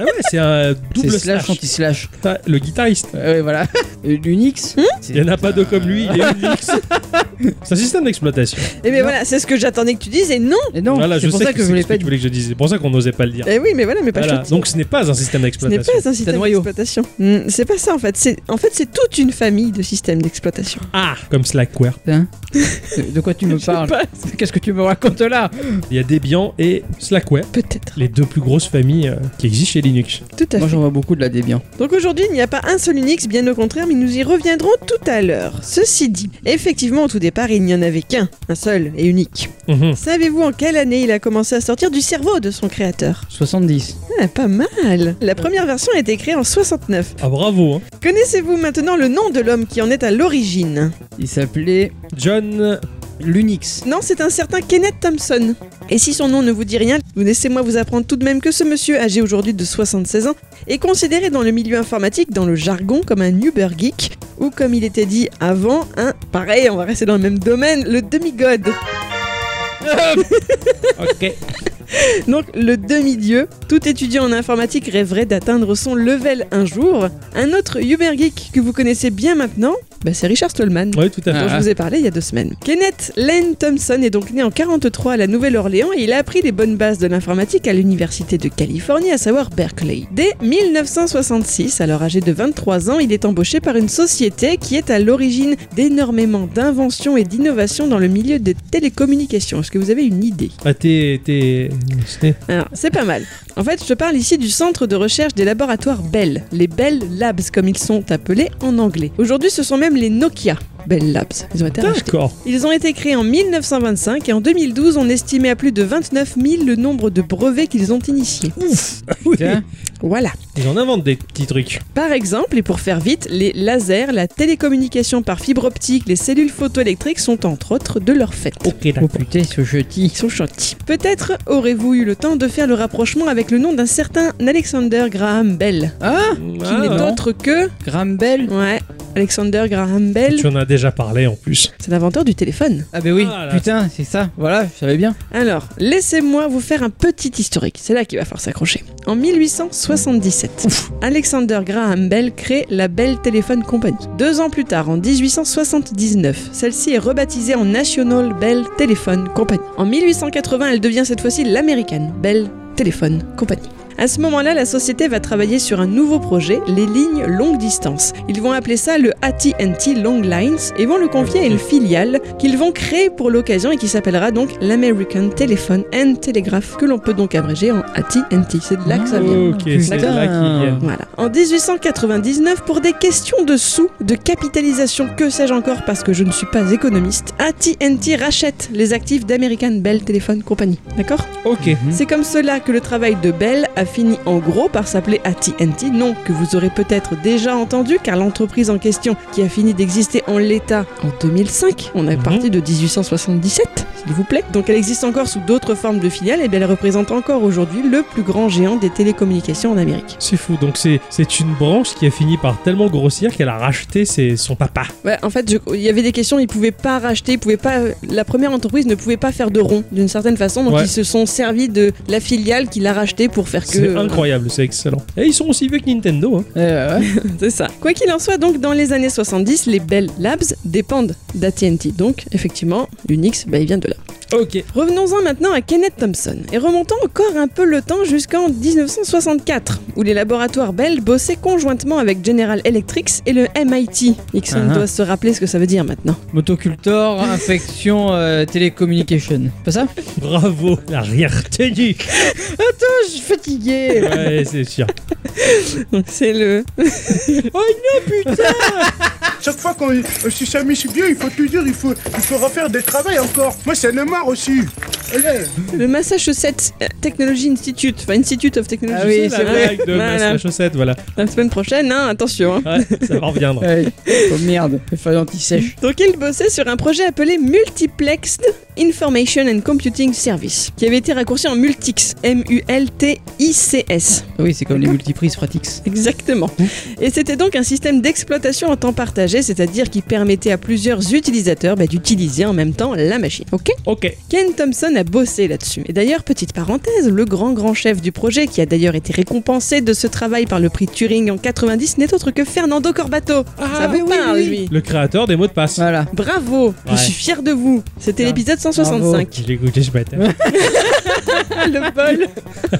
A: Ah ouais, c'est un
B: C'est
A: double
B: slash,
A: slash.
B: anti-slash. Euh,
A: Ah, Le guitariste.
B: Ouais, ouais, voilà. (laughs) Et L'Unix c'est-
A: Il y en a pas deux comme lui, il est unique. C'est un système d'exploitation.
C: Eh bien
B: Non.
C: voilà, c'est ce que j'attendais que tu dises, et non
B: Et non,
A: Voilà,
B: c'est pour
A: sais
B: ça que, je
A: c'est
B: l'ai
A: ce que
B: pas
A: tu
B: dit.
A: voulais que je dise. C'est pour ça qu'on n'osait pas le dire.
C: Eh oui, mais voilà, mais pas
A: Voilà,
C: chouette.
A: donc ce n'est pas un système
C: Ce n'est
A: d'exploitation.
C: pas un système
B: noyau.
C: d'exploitation. Hmm, c'est pas ça en fait. C'est en fait c'est toute une famille de systèmes d'exploitation.
A: Ah, comme Slackware.
B: (laughs) De- De quoi
A: (laughs)
B: tu me
C: Je sais
B: parles
C: (laughs) pas,
B: Qu'est-ce que tu me racontes là
A: Il y a Debian et Slackware,
C: Peut-être.
A: les deux plus grosses familles euh, qui existent chez Linux.
C: Tout à
B: Moi
C: fait.
B: j'en vois beaucoup de la Debian.
C: Donc aujourd'hui, il n'y a pas un seul Unix, bien au contraire, mais nous y reviendrons tout à l'heure. Ceci dit, effectivement, au tout départ, il n'y en avait qu'un, un seul et unique.
A: Mhm.
C: Savez-vous en quelle année il a commencé à sortir du cerveau de son créateur
B: 70.
C: Ah, pas mal La première version a été créée en 69.
A: Ah, bravo. hein.
C: Connaissez-vous maintenant le nom de l'homme qui en est à l'origine
B: Il s'appelait
A: John
B: L'Unix.
C: Non, c'est un certain Kenneth Thompson. Et si son nom ne vous dit rien, laissez-moi vous apprendre tout de même que ce monsieur, âgé aujourd'hui de 76 ans, est considéré dans le milieu informatique, dans le jargon, comme un Uber Geek, ou comme il était dit avant, un, pareil, on va rester dans le même domaine, le demi-god.
A: Ok.
C: Donc le demi-dieu, tout étudiant en informatique rêverait d'atteindre son level un jour. Un autre Uber Geek que vous connaissez bien maintenant, bah, c'est Richard Stallman.
A: Oui, tout à fait.
C: dont je vous ai parlé il y a deux semaines. Kenneth Lane Thompson est donc né en 43 à la Nouvelle-Orléans et il a appris les bonnes bases de l'informatique à l'université de Californie, à savoir Berkeley. Dès 1966, alors âgé de 23 ans, il est embauché par une société qui est à l'origine d'énormément d'inventions et d'innovations dans le milieu des télécommunications. Est-ce que vous avez une idée
A: Ah, t'es. t'es- c'est-
C: alors, c'est pas mal. En fait, je te parle ici du centre de recherche des laboratoires Bell, les Bell Labs comme ils sont appelés en anglais. Aujourd'hui, ce sont même les Nokia Bell Labs. Ils ont été rachetés.
A: D'accord.
C: Ils ont été créés en 1925 et en 2012, on estimait à plus de 29 000 le nombre de brevets qu'ils ont initiés.
A: Ouf Oui.
B: Tiens.
C: Voilà.
A: Ils en inventent des petits trucs.
C: Par exemple, et pour faire vite, les lasers, la télécommunication par fibre optique, les cellules photoélectriques sont entre autres de leur fait.
A: Ok,
B: Oh putain, ce jeudi.
C: Ils sont gentils. Peut-être aurez-vous eu le temps de faire le rapprochement avec le nom d'un certain Alexander Graham Bell,
B: Ah
C: qui n'est autre que...
B: Graham Bell
C: Ouais, Alexander Graham Bell,
A: Tu en as déjà parlé en plus.
C: c'est l'inventeur du téléphone.
B: Ah bah oui,
A: Ah, là.
B: putain, c'est ça. Voilà, je savais bien.
C: Alors, laissez-moi vous faire un petit historique. C'est là qu'il va falloir s'accrocher. En 1877, Alexander Graham Bell crée la Bell Telephone Company. Deux ans plus tard, en 1879, celle-ci est rebaptisée en National Bell Telephone Company. En 1880, elle devient cette fois-ci l'American Bell Telephone Company. À ce moment-là, la société va travailler sur un nouveau projet, les lignes longue distance. Ils vont appeler ça le AT&T Long Lines et vont le confier à une filiale qu'ils vont créer pour l'occasion et qui s'appellera donc l'American Telephone and Telegraph, que l'on peut donc abréger en AT&T. C'est de là que ça vient.
A: Ah, Ok, c'est
B: Putain.
A: là qu'ils viennent.
C: Voilà. En 1899, pour des questions de sous, de capitalisation, que sais-je encore parce que je ne suis pas économiste, AT&T rachète les actifs d'American Bell Telephone Company. D'accord
A: Ok.
C: c'est comme cela que le travail de Bell a fini en gros par s'appeler AT&T, nom que vous aurez peut-être déjà entendu car l'entreprise en question qui a fini d'exister en l'état en 2005, on est
A: Mhm.
C: parti de 1877, s'il vous plaît. Donc elle existe encore sous d'autres formes de filiales et bien elle représente encore aujourd'hui le plus grand géant des télécommunications en Amérique.
A: C'est fou, donc c'est c'est une branche qui a fini par tellement grossir qu'elle a racheté ses- son papa.
C: Ouais, Bah, en fait, je- il y avait des questions, ils pouvaient pas racheter, ils pouvaient pas euh, la première entreprise ne pouvait pas faire de rond d'une certaine façon, donc
A: Ouais.
C: ils se sont servis de la filiale qui l'a racheté pour faire que euh,
A: C'est incroyable, c'est excellent. Et ils sont aussi vieux que Nintendo. hein.
B: Euh, ouais.
C: (laughs) C'est ça. Quoi qu'il en soit, donc dans les années 70, les Bell Labs dépendent d'AT&T. Donc effectivement, l'Unix, bah, il vient de là.
A: Ok.
C: Revenons-en maintenant à Kenneth Thompson et remontons encore un peu le temps jusqu'en 1964 où les laboratoires Bell bossaient conjointement avec General Electric et le MIT. Nixon
A: Uh-huh.
B: Ah ah.
C: doit se rappeler ce que ça veut dire maintenant.
A: (laughs)
B: Motocultor, infection, euh, télécommunication. Pas ça
A: Bravo, la rien retenu.
B: Je suis fatigué.
A: Ouais, c'est sûr.
C: Donc (laughs) c'est le
F: (laughs) Chaque fois qu'on euh, si ça mis bien, il faut toujours, il faut, il faut refaire des travail encore. Moi, ça ne marre aussi. Allez.
C: le Massachusetts Technology Institute, enfin Institute of Technology.
B: Ah oui,
A: Tu sais,
B: c'est
A: la
B: vrai.
A: blague de
C: Voilà.
A: Masse la chaussette, voilà.
C: La semaine prochaine, hein, attention. hein.
A: Ouais, ça va
B: (laughs)
A: reviendra.
B: Ouais. Oh merde, le feuille anti-sèche.
C: Donc il bossait sur un projet appelé Multiplexed Information and Computing Service, qui avait été raccourci en Multix, M-U-L-T-I-C-S.
B: Ah Oui, c'est comme les multiprises Fratix.
C: Exactement. Et c'était donc un système d'exploitation en temps partagé, c'est-à-dire qui permettait à plusieurs utilisateurs bah, d'utiliser en même temps la machine. Ok
A: Ok.
C: Ken Thompson a bossé là-dessus. Et d'ailleurs, petite parenthèse, le grand grand chef du projet, qui a d'ailleurs été récompensé de ce travail par le prix Turing en 90, n'est autre que Fernando Corbato. Ça vous parle, lui
A: Le créateur des mots de passe. (laughs)
B: Voilà.
C: Bravo, je
A: Ouais.
C: suis fier de vous. C'était
B: Bien.
C: l'épisode 165.
A: Oh, Je l'ai écouté ce matin.
C: Ah, le bol.
A: (laughs)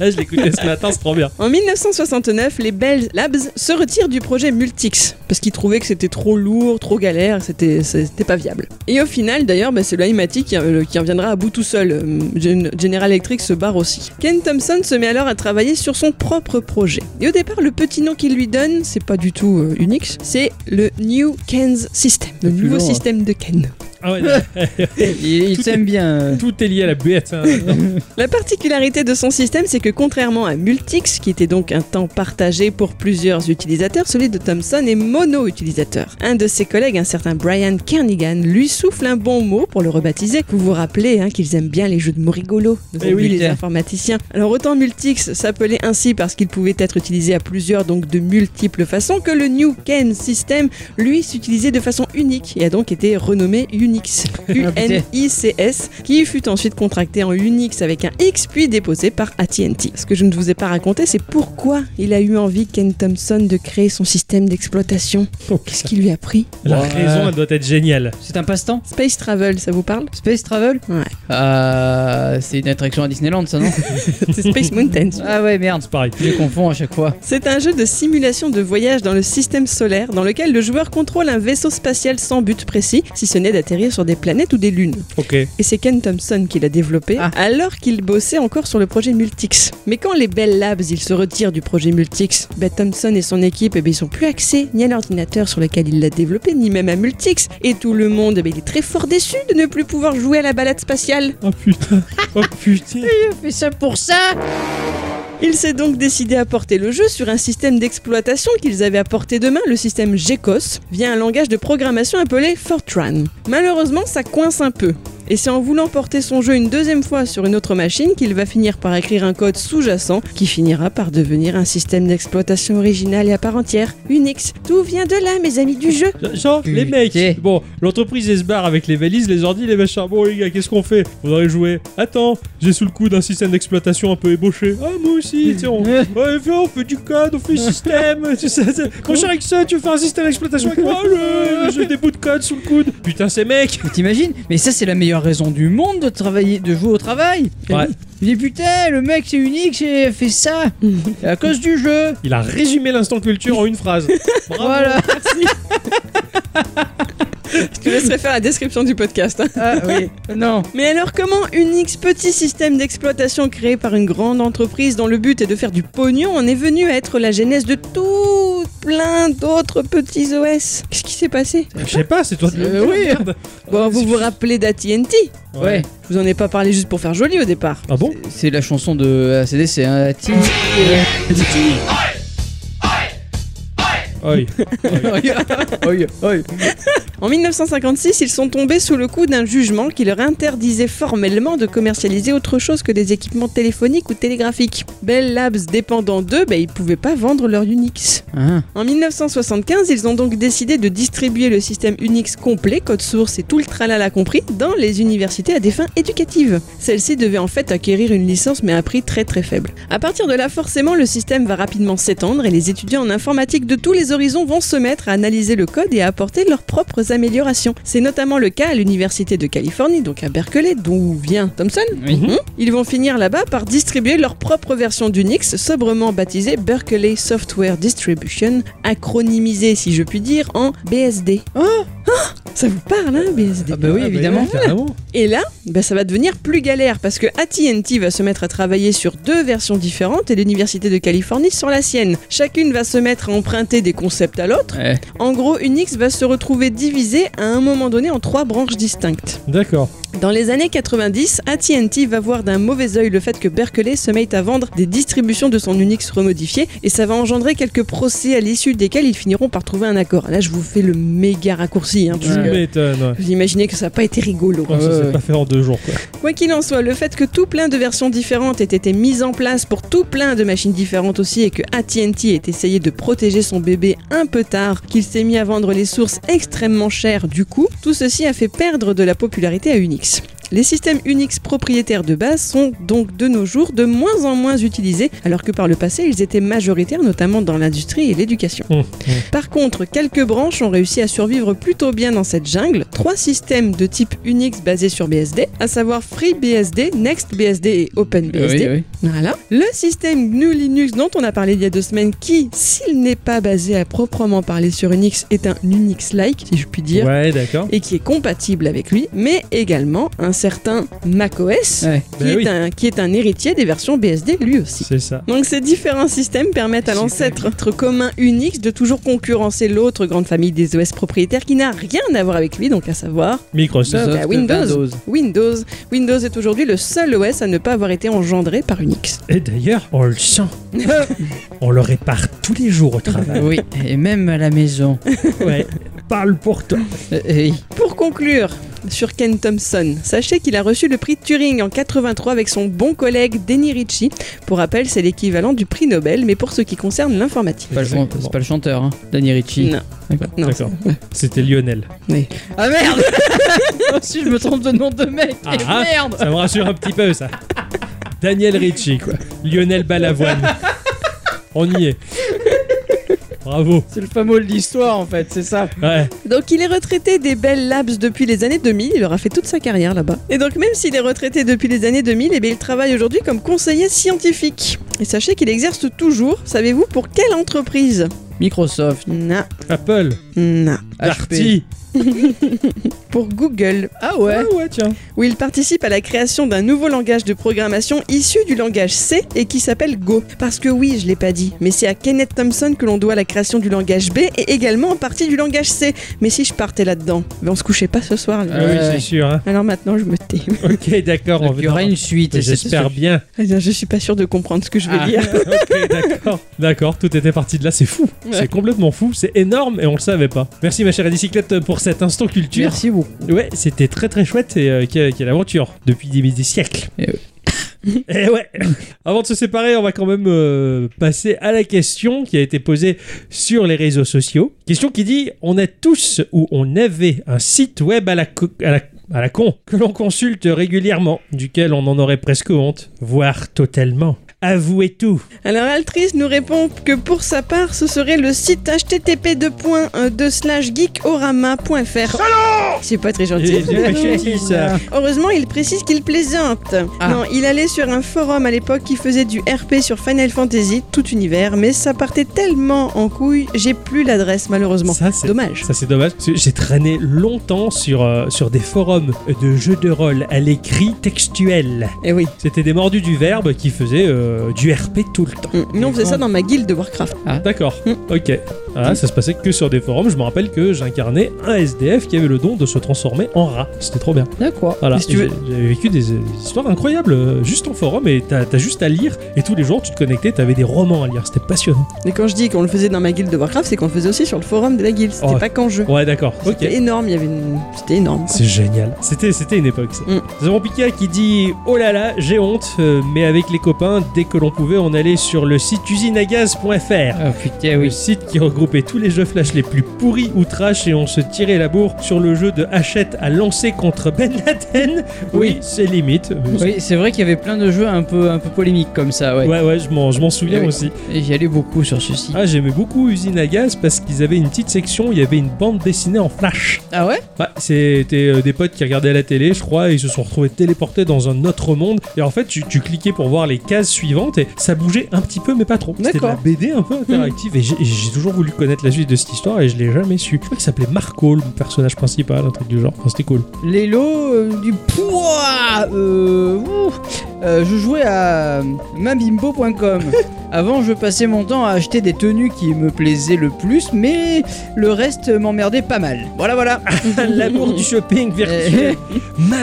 A: je l'ai écouté ce matin, c'est trop bien.
C: En 1969, les Bell Labs se retirent du projet Multix parce qu'ils trouvaient que c'était trop lourd, trop galère, c'était c'était pas viable. Et au final, d'ailleurs, bah, c'est le MIT qui, euh, qui en viendra à bout tout seul. Euh, Gen- General Electric se barre aussi. Ken Thompson se met alors à travailler sur son propre projet. Et au départ, le petit nom qu'il lui donne, c'est pas du tout euh, Unix, c'est le New Ken's System, le
B: plus
C: nouveau
B: long, hein.
C: système de Ken.
A: Ah ouais,
B: Il, il s'aime bien. euh.
A: (laughs) tout est lié à la bête. hein.
C: La particularité de son système, c'est que contrairement à Multix, qui était donc un temps partagé pour plusieurs utilisateurs, celui de Thomson est mono-utilisateur. Un de ses collègues, un certain Brian Kernigan, lui souffle un bon mot pour le rebaptiser. Vous vous rappelez hein, qu'ils aiment bien les jeux de mots rigolos, nous
B: Eh oui,
C: les
B: putain.
C: informaticiens. Alors autant Multix s'appelait ainsi parce qu'il pouvait être utilisé à plusieurs, donc de multiples façons, que le New Ken System, lui, s'utilisait de façon unique et a donc été renommé Unix. UNICS, qui fut ensuite contracté en Unix avec un X puis déposé par AT&T. Ce que je ne vous ai pas raconté, c'est pourquoi il a eu envie Ken Thompson de créer son système d'exploitation.
A: Oh,
C: Qu'est-ce
A: putain.
C: qui lui a pris
A: La
B: Ouais.
A: raison, elle doit être géniale.
B: C'est un passe-temps
C: Space Travel, ça
B: (laughs)
C: vous parle
B: Space Travel
C: Ouais.
B: Euh, c'est une attraction à Disneyland, ça, non
C: C'est Space Mountain.
B: (laughs) Ah ouais, merde.
A: C'est pareil.
B: Je les confonds à chaque fois.
C: C'est un jeu de simulation de voyage dans le système solaire dans lequel le joueur contrôle un vaisseau spatial sans but précis, si ce n'est d'atterrir sur des planètes ou des lunes.
A: Ok.
C: Et c'est Ken Thompson qui l'a développé
B: Ah.
C: alors qu'il bossait encore sur le projet Multix. Mais quand les Bell Labs ils se retirent du projet Multix, ben Thompson et son équipe eh ben, ils sont plus accès ni à l'ordinateur sur lequel il l'a développé ni même à Multix. Et tout le monde eh ben, il est très fort déçu de ne plus pouvoir jouer à la balade spatiale.
A: Oh putain. Oh putain.
B: Fais ça pour ça
C: Il s'est donc décidé à porter le jeu sur un système d'exploitation qu'ils avaient à portée de main, le système GECOS, via un langage de programmation appelé Fortran. Malheureusement, ça coince un peu. Et c'est en voulant porter son jeu une deuxième fois sur une autre machine qu'il va finir par écrire un code sous-jacent qui finira par devenir un système d'exploitation original et à part entière, Unix. Tout vient de là, mes amis du jeu.
A: Genre, les
B: Putain.
A: mecs, bon, l'entreprise elle se barre avec les valises, les ordi, les machins. Bon, les gars, qu'est-ce qu'on fait On aurait joué. Attends, j'ai sous le coude un système d'exploitation un peu ébauché. Ah, moi
B: (laughs)
A: aussi, tu sais, on...
B: Euh.
A: Ouais, viens, on fait du code, on fait système. (laughs) tu sais, c'est- Mon cher Ixon, tu veux faire un système d'exploitation avec moi Je- J'ai des bouts de code sous le coude. Putain, ces mecs
B: Mais T'imagines Mais ça, c'est la meilleure raison du monde de travailler, de jouer au travail
A: Ouais.
B: Il dit putain, le mec c'est unique, c'est fait ça C'est à cause du jeu
A: Il a résumé l'instant culture en une phrase. Bravo.
B: Voilà
C: (laughs) Je te laisserai faire la description du podcast. hein.
B: Ah oui (laughs) Non
C: Mais alors comment Unix, petit système d'exploitation créé par une grande entreprise dont le but est de faire du pognon, en est venu à être la genèse de tout plein d'autres petits OS Qu'est-ce qui s'est passé
A: Je sais pas, c'est toi de le
B: Euh,
A: dire,
B: oui.
A: merde.
C: Bon, vous vous rappelez d'AT&T
B: Ouais,
C: Je vous en ai pas parlé juste pour faire joli au départ.
A: Ah bon
B: c'est la chanson de ACDC, hein (laughs) Ti-
A: Ah Oui.
B: Oi, oi, oi.
C: En 1956, ils sont tombés sous le coup d'un jugement qui leur interdisait formellement de commercialiser autre chose que des équipements téléphoniques ou télégraphiques. Bell Labs dépendant d'eux, ben, ils pouvaient pas vendre leur Unix.
B: Ah,
C: En 1975, ils ont donc décidé de distribuer le système Unix complet, code source et tout le tralala compris, dans les universités à des fins éducatives. Celles-ci devaient en fait acquérir une licence mais à un prix très très faible. À partir de là, forcément, le système va rapidement s'étendre et les étudiants en informatique de tous les horizons vont se mettre à analyser le code et à apporter leurs propres améliorations. C'est notamment le cas à l'université de Californie, donc à Berkeley, d'où vient Thomson.
B: oui.
C: Mhm. Ils vont finir là-bas par distribuer leur propre version d'Unix, sobrement baptisée Berkeley Software Distribution, acronymisée, si je puis dire, en BSD. Oh, Ah Ça vous parle, hein, BSD
B: Ah bah oui, évidemment.
A: Carrément.
C: Et là, bah, ça va devenir plus galère parce que AT&T va se mettre à travailler sur deux versions différentes et l'Université de Californie sur la sienne. Chacune va se mettre à emprunter des concepts à l'autre.
B: Ouais.
C: En gros, Unix va se retrouver divisé à un moment donné en trois branches distinctes.
B: (laughs)
A: D'accord.
C: Dans les années 90, AT&T va voir d'un mauvais œil le fait que Berkeley se mette à vendre des distributions de son Unix remodifié et ça va engendrer quelques procès à l'issue desquels ils finiront par trouver un accord. Là, je vous fais le méga raccourci, hein,
A: Tu
C: parce que
A: m'étonnes. ouais.
C: vous imaginez que ça n'a pas été rigolo.
A: Oh, ça
B: Ouais,
A: s'est
B: ouais.
A: pas fait en deux jours, quoi.
C: Quoi qu'il en soit, le fait que tout plein de versions différentes aient été mises en place pour tout plein de machines différentes aussi et que AT&T ait essayé de protéger son bébé un peu tard, qu'il s'est mis à vendre les sources extrêmement chères du coup, tout ceci a fait perdre de la popularité à Unix. Les systèmes Unix propriétaires de base sont donc de nos jours de moins en moins utilisés, alors que par le passé ils étaient majoritaires notamment dans l'industrie et l'éducation.
A: Mmh, mmh.
C: Par contre, quelques branches ont réussi à survivre plutôt bien dans cette jungle. Trois systèmes de type Unix basés sur BSD, à savoir FreeBSD, NextBSD et
B: oui,
C: OpenBSD,
B: oui.
C: Voilà. Le système GNU Linux dont on a parlé il y a deux semaines, qui, s'il n'est pas basé à proprement parler sur Unix, est un Unix-like, si je puis dire,
A: Ouais, d'accord.
C: et qui est compatible avec lui, mais également un certain macOS,
B: Ouais.
C: qui,
A: Ben
C: est
A: oui.
C: un, qui est un héritier des versions BSD lui aussi.
A: C'est ça.
C: Donc ces différents systèmes permettent à
A: C'est
C: l'ancêtre commun Unix de toujours concurrencer l'autre grande famille des OS propriétaires qui n'a rien à voir avec lui, donc à savoir
A: Microsoft.
C: Bah, Windows. Windows. Windows est aujourd'hui le seul OS à ne pas avoir été engendré par Unix.
A: Et d'ailleurs, on le
B: (laughs)
A: sent. on le répare tous les jours au
B: Ah (laughs)
A: travail.
B: oui, et même à la (laughs) maison.
A: ouais. Parle pour toi.
B: Euh, hey.
C: Pour conclure sur Ken Thompson, sachez qu'il a reçu le prix Turing en 83 avec son bon collègue Denny Ritchie. Pour rappel, c'est l'équivalent du prix Nobel, mais pour ce qui concerne l'informatique.
B: Pas le chan-
A: Exactement.
B: C'est pas le chanteur, hein. Danny Ritchie.
C: Non.
B: D'accord.
C: Non.
A: D'accord. C'était Lionel.
B: Ah (laughs) merde Oh, Si je me trompe de nom de mec,
A: Ah,
B: eh,
A: ah.
B: merde
A: Ça me rassure un petit peu, ça. Daniel Ritchie, quoi. Lionel Balavoine. on y est. Bravo.
B: C'est le fameux de l'histoire en fait, c'est ça.
A: Ouais.
C: Donc il est retraité des Bell Labs depuis les années 2000, il aura fait toute sa carrière là-bas. Et donc même s'il est retraité depuis les années 2000, eh bien, il travaille aujourd'hui comme conseiller scientifique. Et sachez qu'il exerce toujours, savez-vous pour quelle entreprise
B: Microsoft,
C: Non,
A: Apple.
C: non.
B: HP.
A: Darty.
C: Pour Google,
B: Ah ouais
A: Ah ouais, tiens.
C: où il participe à la création d'un nouveau langage de programmation issu du langage C et qui s'appelle Go. Parce que oui, je l'ai pas dit, mais c'est à Kenneth Thompson que l'on doit la création du langage B et également en partie du langage C. Mais si je partais là-dedans, ben on se couchait pas ce soir. là.
A: Ah oui,
B: ouais.
A: c'est sûr. hein.
C: Alors maintenant, je me tais.
A: Ok, d'accord. on
B: Donc,
A: va-
B: il y aura une suite. et c'est-
A: J'espère bien.
C: (laughs) Eh bien, Je suis pas sûre de comprendre ce que je vais
B: Ah.
C: dire.
A: Ok, d'accord. D'accord, tout était parti de là, c'est fou. C'est complètement fou, c'est énorme et on le savait pas. Merci ma chère bicyclette pour cet instant culture.
B: Merci beaucoup.
A: Ouais, c'était très très chouette et euh, quelle, quelle aventure depuis des, des siècles.
B: Eh
A: (laughs) Eh ouais. Avant de se séparer, on va quand même euh, passer à la question qui a été posée sur les réseaux sociaux. Question qui dit on a tous ou on avait un site web à la co- à la à la con, que l'on consulte régulièrement, duquel on en aurait presque honte, voire totalement. Avouez tout.
C: Alors Altrice nous répond que pour sa part, ce serait le site http geekorama.fr. C'est pas très
A: Et
C: gentil.
A: j'ai pas choisi ça.
C: Heureusement, il précise qu'il plaisante.
B: Ah.
C: Non, il allait sur un forum à l'époque qui faisait du RP sur Final Fantasy, tout univers, mais ça partait tellement en couille, j'ai plus l'adresse malheureusement.
A: Ça, c'est
C: Dommage.
A: Ça c'est dommage, parce que j'ai traîné longtemps sur, euh, sur des forums de jeux de rôle à l'écrit textuel.
C: Eh oui.
A: C'était des mordus du verbe qui faisaient euh, du RP tout le temps.
C: Mm. Mais on faisait ça dans ma guilde de Warcraft.
A: D'accord,
C: Mm.
A: ok. Ah, ça se passait que sur des forums, je me rappelle que j'incarnais un SDF qui avait le don de se transformer en rat. C'était trop bien.
B: D'accord.
A: Voilà,
B: Mais si tu veux-
A: J'ai- j'avais vécu des, euh, histoires incroyables euh, juste en forum et t'as t'as juste à lire et tous les jours tu te connectais, t'avais des romans à lire, c'était passionnant.
C: Et quand je dis qu'on le faisait dans ma guilde de Warcraft, c'est qu'on le faisait aussi sur le forum de la guilde. C'était
A: Oh.
C: pas qu'en jeu.
A: Ouais, d'accord, ok.
C: C'était énorme, il y avait une... C'était énorme. quoi.
A: C'est génial. C'était, c'était une époque, ça.
C: Mm.
A: Nous avons Pika qui dit Oh là là, j'ai honte, euh, mais avec les copains, dès que l'on pouvait, on allait sur le site usineagaz.fr.
B: Ah putain,
A: Le
B: oui.
A: site qui regroupait tous les jeux flash les plus pourris ou trash et on se tirait la bourre sur le jeu de Hachette à lancer contre Ben Laden. Oui,
B: Oui.
A: c'est limite. mais c'est-
B: Oui, c'est vrai qu'il y avait plein de jeux un peu, un peu polémiques comme ça, ouais.
A: Ouais, ouais, je m'en, je m'en souviens
B: Eh Oui.
A: aussi.
B: Et j'y allais beaucoup sur ce site.
A: Ah, j'aimais beaucoup Usine à Gaz parce qu'ils avaient une petite section, où il y avait une bande dessinée en flash.
B: Ah ouais
A: Ouais, c'était euh, des potes qui regardaient la télé, je crois, et ils se sont retrouvés téléportés dans un autre monde. Et en fait, tu, tu cliquais pour voir les cases suivantes et ça bougeait un petit peu, mais pas trop. C'était de la
B: D'accord.
A: BD un peu interactive. Et j'ai- j'ai toujours voulu connaître la suite de cette histoire et je l'ai jamais su. Je crois qu'il s'appelait Marco, le personnage principal, un truc du genre. Enfin, c'était cool.
B: Les lots euh, du poids euh, ouf. Euh, Je jouais à (laughs) mabimbo.com. Avant, je passais mon temps à acheter des tenues qui me plaisaient le plus, mais le reste m'emmerdait pas mal. Voilà, voilà.
A: L'amour du shopping virtuel. (laughs)
B: virtuel.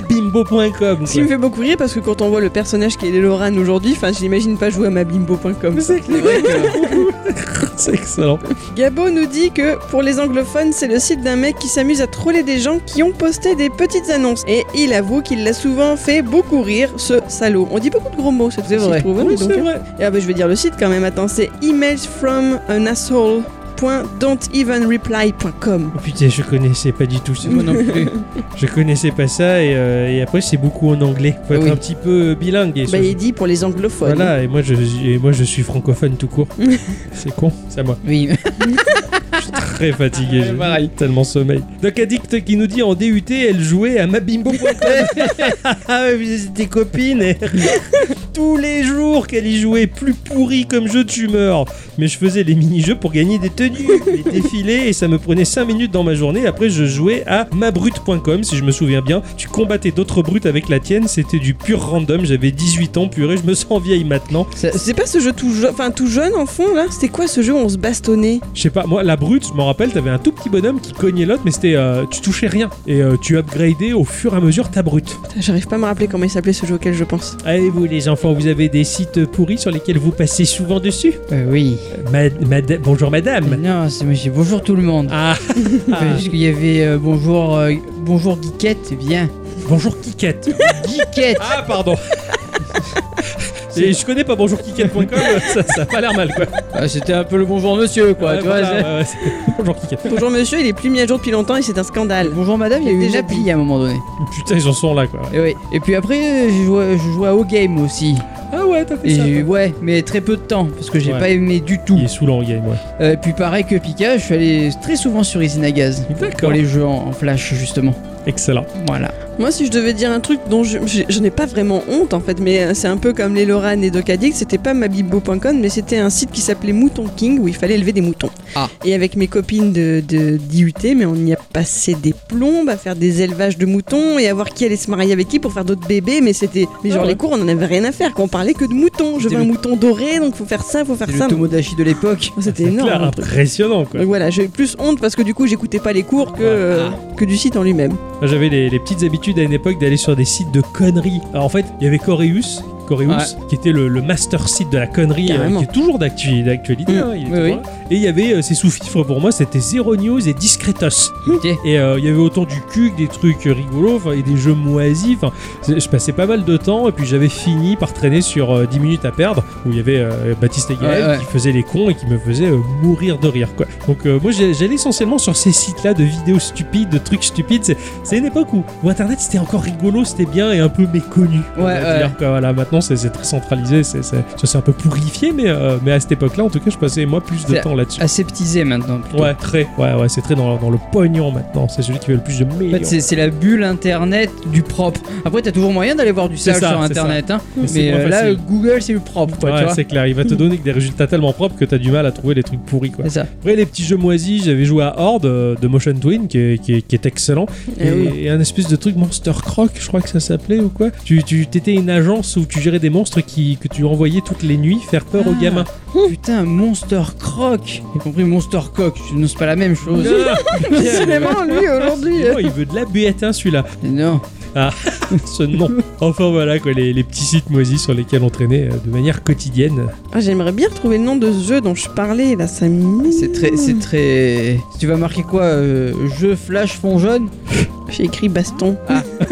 A: Mabimbo.com.
C: Ce qui me fait beaucoup rire parce que quand on voit le personnage qui est Loran aujourd'hui, enfin je l'imagine pas jouer à mabimbo.com.
A: C'est (laughs) C'est excellent.
C: Gabo nous dit que pour les anglophones, c'est le site d'un mec qui s'amuse à troller des gens qui ont posté des petites annonces. Et il avoue qu'il l'a souvent fait beaucoup rire, ce salaud. On dit beaucoup de gros mots cette fois-ci,
B: vrai.
C: je trouve, hein,
A: Oui,
C: dis donc,
A: c'est
C: hein.
A: vrai.
C: Et ah bah, je vais dire le site quand même, attends, c'est emails from an asshole.
A: Oh putain, je connaissais pas du tout ce
B: Moi non (laughs) plus.
A: Je connaissais pas ça et, euh, et après c'est beaucoup en anglais. Faut être
B: Oui.
A: un petit peu bilingue. Et
C: Eh Bah,
A: ce-
C: il dit pour les anglophones. (laughs)
A: voilà, et moi, je, et moi je suis francophone tout court. c'est con, c'est à moi.
B: Oui.
A: Je suis très fatigué. j'ai
B: pareil.
A: Tellement sommeil. Doc Addict qui nous dit en DUT, elle jouait à mabimbo.com. (laughs) Ah ouais, vous étiez copines. eh. et- Tous les jours qu'elle y jouait, plus pourri comme jeu de humeur. Mais je faisais les mini-jeux pour gagner des tenues, des défilés, et ça me prenait 5 minutes dans ma journée. Après, je jouais à mabrute.com, si je me souviens bien. Tu combattais d'autres brutes avec la tienne, c'était du pur random. J'avais 18 ans, purée, je me sens vieille maintenant.
B: Ça-
C: C'est pas ce jeu tout, jeune, enfin, tout jeune en fond là C'était quoi ce jeu où on se bastonnait
A: Je sais pas, moi, la brute, je m'en rappelle, t'avais un tout petit bonhomme qui cognait l'autre, mais c'était. euh, tu touchais rien. Et euh, tu upgradais au fur et à mesure ta brute.
C: Putain, J'arrive pas à me rappeler comment il s'appelait ce jeu auquel
A: (laughs)
C: je pense.
A: Allez, vous, les enfants, vous avez des sites pourris sur lesquels vous passez souvent dessus
B: Euh, oui.
A: Ma- mada- Bonjour, madame.
B: Non, c'est monsieur. Bonjour tout le monde.
A: Ah,
B: Parce qu'il y avait euh, bonjour, euh, bonjour Guiquette, viens.
A: bonjour, Kikette. (laughs)
B: Guiquette.
A: Ah, (laughs) pardon. Et je connais pas bonjourkikette.com, euh, ça, ça a pas l'air mal quoi.
B: (laughs) Ah, C'était un peu le bonjour monsieur, quoi.
A: Ouais,
B: tu vois,
A: voilà,
B: c'est-
A: ouais, ouais, c'est- (laughs) bonjour Kikette.
C: Bonjour monsieur, il est plus mis à jour depuis longtemps et c'est un scandale.
B: Bonjour madame, il y a eu une
C: Déjà
B: appli à un moment donné.
A: Putain, ils en sont là quoi. ouais.
B: Et, ouais. et puis après, euh, je jouais, je jouais à O-Game aussi.
A: Ah ouais, t'as fait
B: Et
A: ça.
B: j'ai-
A: toi.
B: ouais, mais très peu de temps, parce que j'ai
A: Ouais.
B: pas aimé du tout.
A: Il est saoulant, le game, ouais.
B: Euh, puis pareil que Pika, je suis allé très souvent sur Isina Gaz. Pour
A: D'accord.
B: les jeux en, en flash, justement.
A: Excellent.
B: Voilà.
C: Moi, si je devais dire un truc dont je, je- je n'ai pas vraiment honte en fait, mais euh, c'est un peu comme les Loran et Docadix, c'était pas mabibo.com, mais c'était un site qui s'appelait Mouton King où il fallait élever des moutons.
B: Ah.
C: Et avec mes copines de, de- d'IUT, mais on y a passé des plombes à faire des élevages de moutons et à voir qui allait se marier avec qui pour faire d'autres bébés, mais c'était. Mais
A: Ah
C: genre,
A: ouais.
C: les cours, on n'en avait rien à faire, qu'on parlait que de moutons. Je
B: C'était
C: veux un
B: le-
C: mouton doré, donc faut faire ça, faut faire
B: C'est
C: ça.
B: le Tomodachi de l'époque.
C: C'était
A: Ah, C'est
C: énorme.
A: clair,
C: le truc.
A: impressionnant quoi.
C: Donc voilà, j'ai eu plus honte parce que du coup, j'écoutais pas les cours que, euh, que du site en lui-même.
A: J'avais les, les petites habitudes à une époque d'aller sur des sites de conneries. Alors, en fait, il y avait Coreus, Coreus
B: Ouais.
A: qui était le, le master site de la connerie, euh,
C: Carrément.
A: qui est toujours d'actu- d'actualité.
B: Mm.
A: hein, il est
B: Oui,
A: toujours
B: oui.
A: là. Et il y avait, euh, ces sous-fifres pour moi, c'était Zero News et Discretos.
B: Mm. Ok.
A: Et euh, il y avait autant du cul que des trucs rigolos enfin, et des jeux moisis. Enfin, c'est- je passais pas mal de temps et puis j'avais fini par traîner sur euh, 10 minutes à perdre où il y avait euh, Baptiste et Gaël
B: Ouais, ouais.
A: qui faisaient les cons et qui me faisaient euh, mourir de rire. Quoi. Donc euh, moi j'ai- j'allais essentiellement sur ces sites-là de vidéos stupides, de trucs stupides. C'est- C'est une époque où, où Internet c'était encore rigolo, c'était bien et un peu méconnu. on
B: Ouais,
A: va
B: ouais.
A: dire, quoi. Voilà, maintenant c'est c'est très centralisé, c'est c'est- ça s'est un peu pourrifié, mais, euh, mais à cette époque-là en tout cas je passais moi plus de
B: C'est-
A: temps là-dessus.
B: Aseptisé maintenant. plutôt.
A: Ouais, très. Ouais, ouais, c'est très dans, dans le pognon maintenant. C'est celui qui fait le plus de
B: En
A: millions.
B: fait, c'est- c'est la bulle internet du propre. Après, t'as toujours moyen d'aller voir du
A: C'est
B: sale
A: ça,
B: sur
A: c'est ça.
B: internet, hein.
A: Mais
B: Mais,
A: c'est moins
B: euh, là,
A: facile.
B: Google, c'est le propre, quoi, tu
A: Ouais,
B: vois.
A: c'est clair. Il va te donner que des résultats tellement propres que t'as du mal à trouver les trucs pourris, quoi.
B: C'est ça.
A: Après, les petits jeux moisis, j'avais joué à Horde euh, de Motion Twin, qui est, qui est- qui est excellent. Et,
C: Eh oui.
A: et un espèce de truc Monster Croc, je crois que ça s'appelait ou quoi. Tu, tu t'étais une agence où tu gérais des monstres qui, que tu envoyais toutes les nuits faire peur aux
B: Ah.
C: (laughs)
A: gamins.
B: Putain, Monster Croc. J'ai compris Monster Coq. Non, c'est pas la même chose.
C: Décidément, lui, aujourd'hui.
A: Oh, il veut de la bête, hein, celui-là.
B: Non.
A: Ce nom. Enfin, voilà, quoi, les, les petits sites moisis sur lesquels on traînait euh, de manière quotidienne.
C: Ah, J'aimerais bien retrouver le nom de ce jeu dont je parlais, là, ça m'y-
B: C'est très, c'est très. Tu vas marquer quoi euh, Jeu flash fond jaune
C: J'ai écrit baston. (laughs)
B: Ah.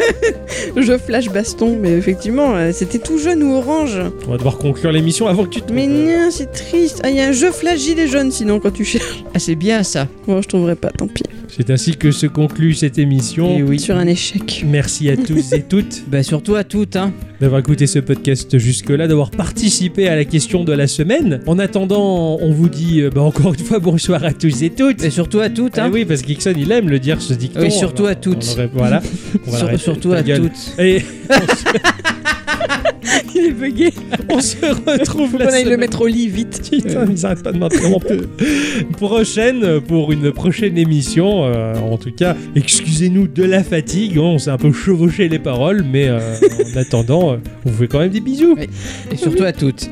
C: jeu flash baston, mais effectivement, euh, c'était tout jeune ou orange.
A: On va devoir conclure l'émission avant que tu te.
C: Mais non, c'est triste. Ah, il y a un jeu flash gilet jaune, sinon, quand tu cherches.
B: Ah, c'est bien ça.
C: Bon, je trouverai pas, tant pis.
A: C'est ainsi que se conclut cette
B: Et
A: émission.
B: Eh oui.
C: Sur un échec.
A: Merci à tous et toutes
B: Bah, surtout à toutes, hein.
A: d'avoir écouté ce podcast jusque-là, d'avoir participé à la question de la semaine. En attendant, on vous dit euh, bah, encore une fois bonsoir à tous et toutes.
B: Et surtout à toutes,
A: Ah
B: hein.
A: oui, parce que Gixon, il aime le dire ce dicton.
B: Oui, surtout à toutes.
A: On aurait-
B: (laughs)
A: voilà. On va
B: Sur-
A: l'arrêter.
B: surtout
A: Ta
B: à
A: gueule.
B: toutes.
A: Et
C: (laughs)
A: (laughs)
C: Il est bugué.
A: on se retrouve la
C: On aille le
A: semaine
C: mettre au lit vite.
A: Putain, (laughs) ils arrêtent pas de m'interrompre. prochaine, pour une prochaine émission. euh, en tout cas, excusez-nous de la fatigue. hein, on s'est un peu chevauché les paroles, mais euh,
B: (laughs)
A: en attendant, euh, on vous fait quand même des bisous.
B: Et surtout à toutes.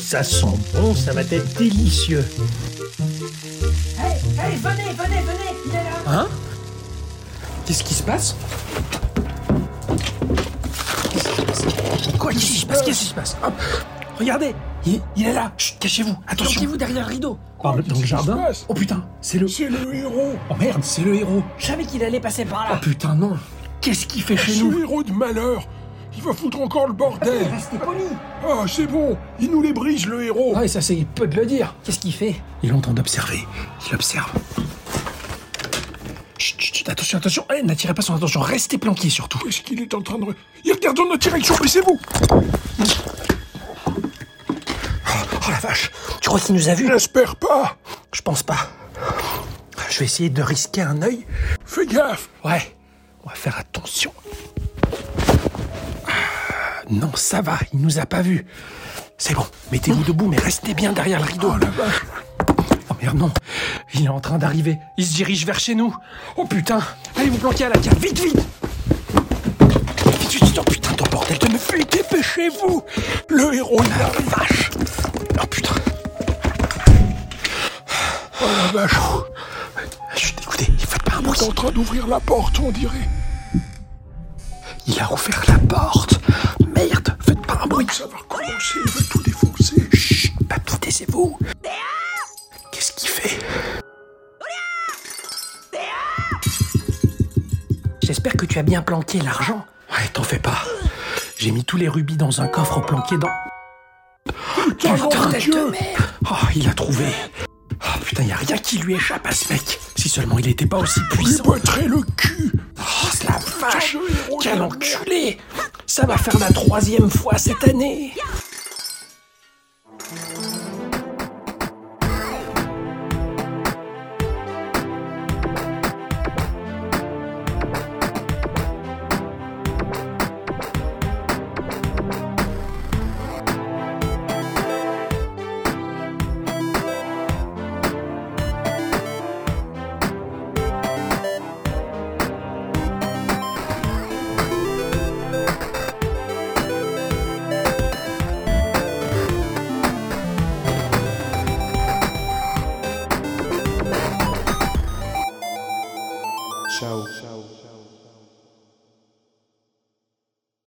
H: Ça sent bon, ça va être délicieux. Hein
G: Qu'est-ce qui se passe
H: Quoi Qu'est-ce qui se passe Qu'est-ce qui se passe Hop Regardez il, il est là Chut, Cachez-vous Attention Cachez-vous derrière le rideau Par le, dans le jardin Oh putain C'est le... C'est le héros Oh merde, c'est le héros
I: Je savais qu'il allait passer par là.
H: Oh putain, non Qu'est-ce qu'il fait chez
J: Ce
H: nous
J: héros de malheur Il va foutre encore le bordel
I: Restez poli.
J: Ah,
H: Oh,
J: c'est bon Il nous les brise, le héros
H: Ouais, Ah, ça c'est... Il peut te le dire
I: Qu'est-ce qu'il fait
H: Il est en train d'observer. Il observe. Chut, chut, chut. Attention, attention, Eh, n'attirez pas son attention, restez planqués surtout.
J: Qu'est-ce qu'il est en train de... re- Il regarde dans notre direction, baissez-vous
H: Oh la vache, tu crois qu'il nous a vus
J: J'espère pas
H: Je pense pas. Je vais essayer de risquer un œil.
J: Fais gaffe
H: Ouais, on va faire attention. Ah, Non, ça va, il nous a pas vus. C'est bon, mettez-vous
J: Oh.
H: debout, mais restez bien derrière le rideau. Oh merde, non, il est en train d'arriver. Il se dirige vers chez nous. Oh putain, allez vous planquer à la cave, vite, vite Vite, vite, vite, oh putain de bordel de me fuite, dépêchez-vous
J: Le héros, il
H: La
J: arrive
H: vache Oh putain,
J: Oh la vache
H: je suis dégoûté, il faut pas un
J: Il
H: bruit.
J: est en train d'ouvrir la porte, on dirait.
H: Il a ouvert la porte Merde, faites pas un bruit
J: Ça va recommencer, il veut tout défoncer. Chut
H: Papy, taisez-vous Qu'est-ce qu'il fait J'espère que tu as bien planqué l'argent. Ouais, t'en fais pas. J'ai mis tous les rubis dans un coffre planqué dans...
J: Putain, mon
H: tête de
J: Dieu
H: merde Oh, il a trouvé Oh putain, y a rien qui lui échappe à ce mec Si seulement il était pas aussi
J: Lui
H: puissant
J: boiterait le cul
H: Oh, c'est la vache
J: de héros de
H: Quel
J: merde.
H: enculé Ça va faire la troisième fois cette année